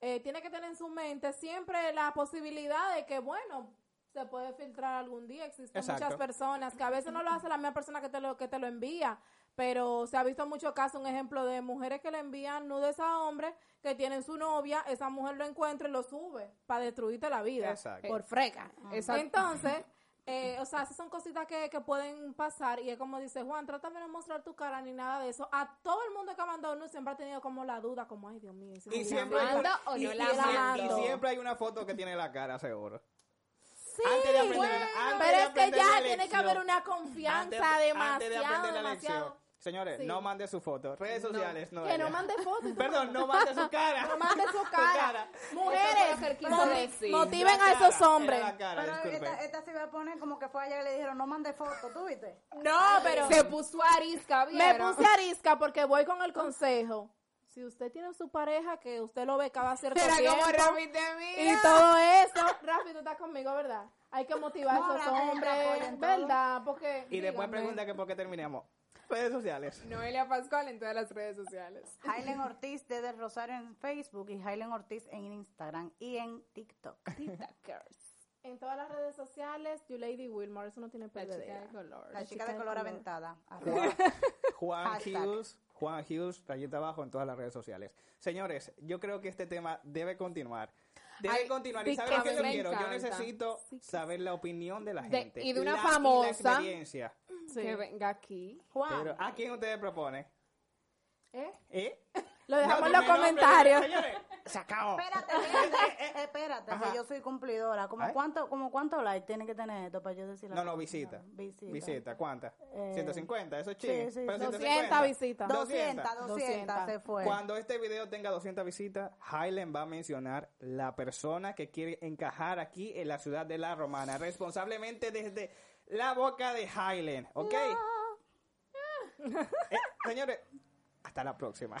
[SPEAKER 4] eh, tiene que tener en su mente siempre la posibilidad de que, bueno, se puede filtrar algún día. Existen
[SPEAKER 1] Exacto.
[SPEAKER 4] muchas personas que a veces no lo hace la misma persona que te lo, que te lo envía. Pero se ha visto en muchos casos un ejemplo de mujeres que le envían nudes a hombres que tienen su novia, esa mujer lo encuentra y lo sube para destruirte la vida.
[SPEAKER 1] Exacto.
[SPEAKER 4] Por freca.
[SPEAKER 3] Eh, Exacto.
[SPEAKER 4] Entonces, eh, o sea, esas son cositas que, que pueden pasar y es como dice Juan, trata de no mostrar tu cara ni nada de eso. A todo el mundo que ha mandado nudes siempre ha tenido como la duda, como, ay Dios mío. ¿y si
[SPEAKER 1] Y
[SPEAKER 4] me
[SPEAKER 1] siempre, hay
[SPEAKER 4] llaman?".
[SPEAKER 1] una,
[SPEAKER 3] mando o
[SPEAKER 1] y-
[SPEAKER 3] no
[SPEAKER 1] y
[SPEAKER 3] la
[SPEAKER 1] siempre-
[SPEAKER 4] mando?
[SPEAKER 1] y siempre hay una foto que tiene la cara, seguro.
[SPEAKER 4] Sí,
[SPEAKER 1] Antes de aprender-
[SPEAKER 4] bueno,
[SPEAKER 1] antes de
[SPEAKER 4] pero es que
[SPEAKER 1] aprender
[SPEAKER 4] ya
[SPEAKER 1] la
[SPEAKER 4] tiene que
[SPEAKER 1] lección.
[SPEAKER 4] haber una confianza
[SPEAKER 1] Antes-
[SPEAKER 4] demasiado,
[SPEAKER 1] antes de aprender la lección.
[SPEAKER 4] demasiado.
[SPEAKER 1] Señores,
[SPEAKER 4] Sí.
[SPEAKER 1] no mande su foto. Redes sociales, no.
[SPEAKER 4] que no mande fotos.
[SPEAKER 1] Perdón, no mande su cara.
[SPEAKER 4] No mande su cara.
[SPEAKER 3] Eso
[SPEAKER 4] Mujeres,
[SPEAKER 3] fue lo que él quiso
[SPEAKER 4] moti-
[SPEAKER 3] decir.
[SPEAKER 4] motiven
[SPEAKER 1] La
[SPEAKER 4] a esos
[SPEAKER 1] cara,
[SPEAKER 4] hombres.
[SPEAKER 1] era la cara,
[SPEAKER 2] Pero
[SPEAKER 1] disculpe.
[SPEAKER 2] esta, esta se iba a poner como que fue allá y le dijeron, no mande fotos, ¿tú viste?
[SPEAKER 4] No, pero
[SPEAKER 3] Se puso arisca,
[SPEAKER 4] Me
[SPEAKER 3] ¿vieron?
[SPEAKER 4] puse arisca porque voy con el consejo. Si usted tiene su pareja, que usted lo ve cada cierto
[SPEAKER 3] Era
[SPEAKER 4] tiempo.
[SPEAKER 3] como repite mía.
[SPEAKER 4] y todo eso. Rafi, tú estás conmigo, ¿verdad? Hay que motivar
[SPEAKER 2] No,
[SPEAKER 4] a esos
[SPEAKER 2] la gente te apoya
[SPEAKER 4] hombres,
[SPEAKER 2] en todo.
[SPEAKER 4] ¿verdad? Porque.
[SPEAKER 1] Y después
[SPEAKER 4] dígame.
[SPEAKER 1] pregunta que por qué terminamos. Redes sociales.
[SPEAKER 3] Noelia Pascual en todas las redes sociales.
[SPEAKER 2] Jailen Ortiz desde Rosario en Facebook y Jailen Ortiz en Instagram y en TikTok.
[SPEAKER 4] En todas las redes sociales, You Lady Wilmore, eso no tiene
[SPEAKER 3] La chica de
[SPEAKER 4] pérdida.
[SPEAKER 3] color.
[SPEAKER 2] La chica de color aventada.
[SPEAKER 1] Juan, Juan
[SPEAKER 2] Hashtag.
[SPEAKER 1] Hughes, Juan Hughes, rayita abajo en todas las redes sociales. Señores, yo creo que este tema debe continuar. Debe
[SPEAKER 3] Ay,
[SPEAKER 1] continuar.
[SPEAKER 3] sí
[SPEAKER 1] ¿Y sabes
[SPEAKER 3] que
[SPEAKER 1] lo que
[SPEAKER 3] me
[SPEAKER 1] yo quiero? Yo
[SPEAKER 3] encanta.
[SPEAKER 1] necesito saber la opinión de la
[SPEAKER 3] De-
[SPEAKER 1] gente.
[SPEAKER 3] y de una
[SPEAKER 1] la-
[SPEAKER 3] famosa.
[SPEAKER 1] la experiencia.
[SPEAKER 4] Sí.
[SPEAKER 3] Que venga aquí.
[SPEAKER 2] Juan,
[SPEAKER 1] Pero, ¿a quién ustedes proponen?
[SPEAKER 4] ¿Eh?
[SPEAKER 1] ¿Eh?
[SPEAKER 4] Lo dejamos
[SPEAKER 1] No,
[SPEAKER 4] en los
[SPEAKER 1] dime nombre,
[SPEAKER 4] comentarios.
[SPEAKER 1] Señores, se acabó.
[SPEAKER 2] espérate, espérate, espérate,
[SPEAKER 1] Eh, Ajá.
[SPEAKER 2] que yo soy cumplidora. ¿Cómo
[SPEAKER 1] ¿Ay?
[SPEAKER 2] cuánto, como cuánto like tiene que tener esto para yo decir la
[SPEAKER 1] No, no,
[SPEAKER 2] cosa?
[SPEAKER 1] visita.
[SPEAKER 2] Visita.
[SPEAKER 1] Visita, ¿cuántas?
[SPEAKER 2] Eh,
[SPEAKER 1] 150, eso es
[SPEAKER 2] sí,
[SPEAKER 1] ching.
[SPEAKER 2] sí,
[SPEAKER 1] Pero
[SPEAKER 2] sí.
[SPEAKER 4] 200 visitas.
[SPEAKER 2] 200, 200,
[SPEAKER 4] 200.
[SPEAKER 2] se fue.
[SPEAKER 1] Cuando este video tenga 200 visitas, Hailen va a mencionar la persona que quiere encajar aquí en la ciudad de La Romana, responsablemente desde la boca de Hailen, ¿ok? Eh, señores, hasta la próxima.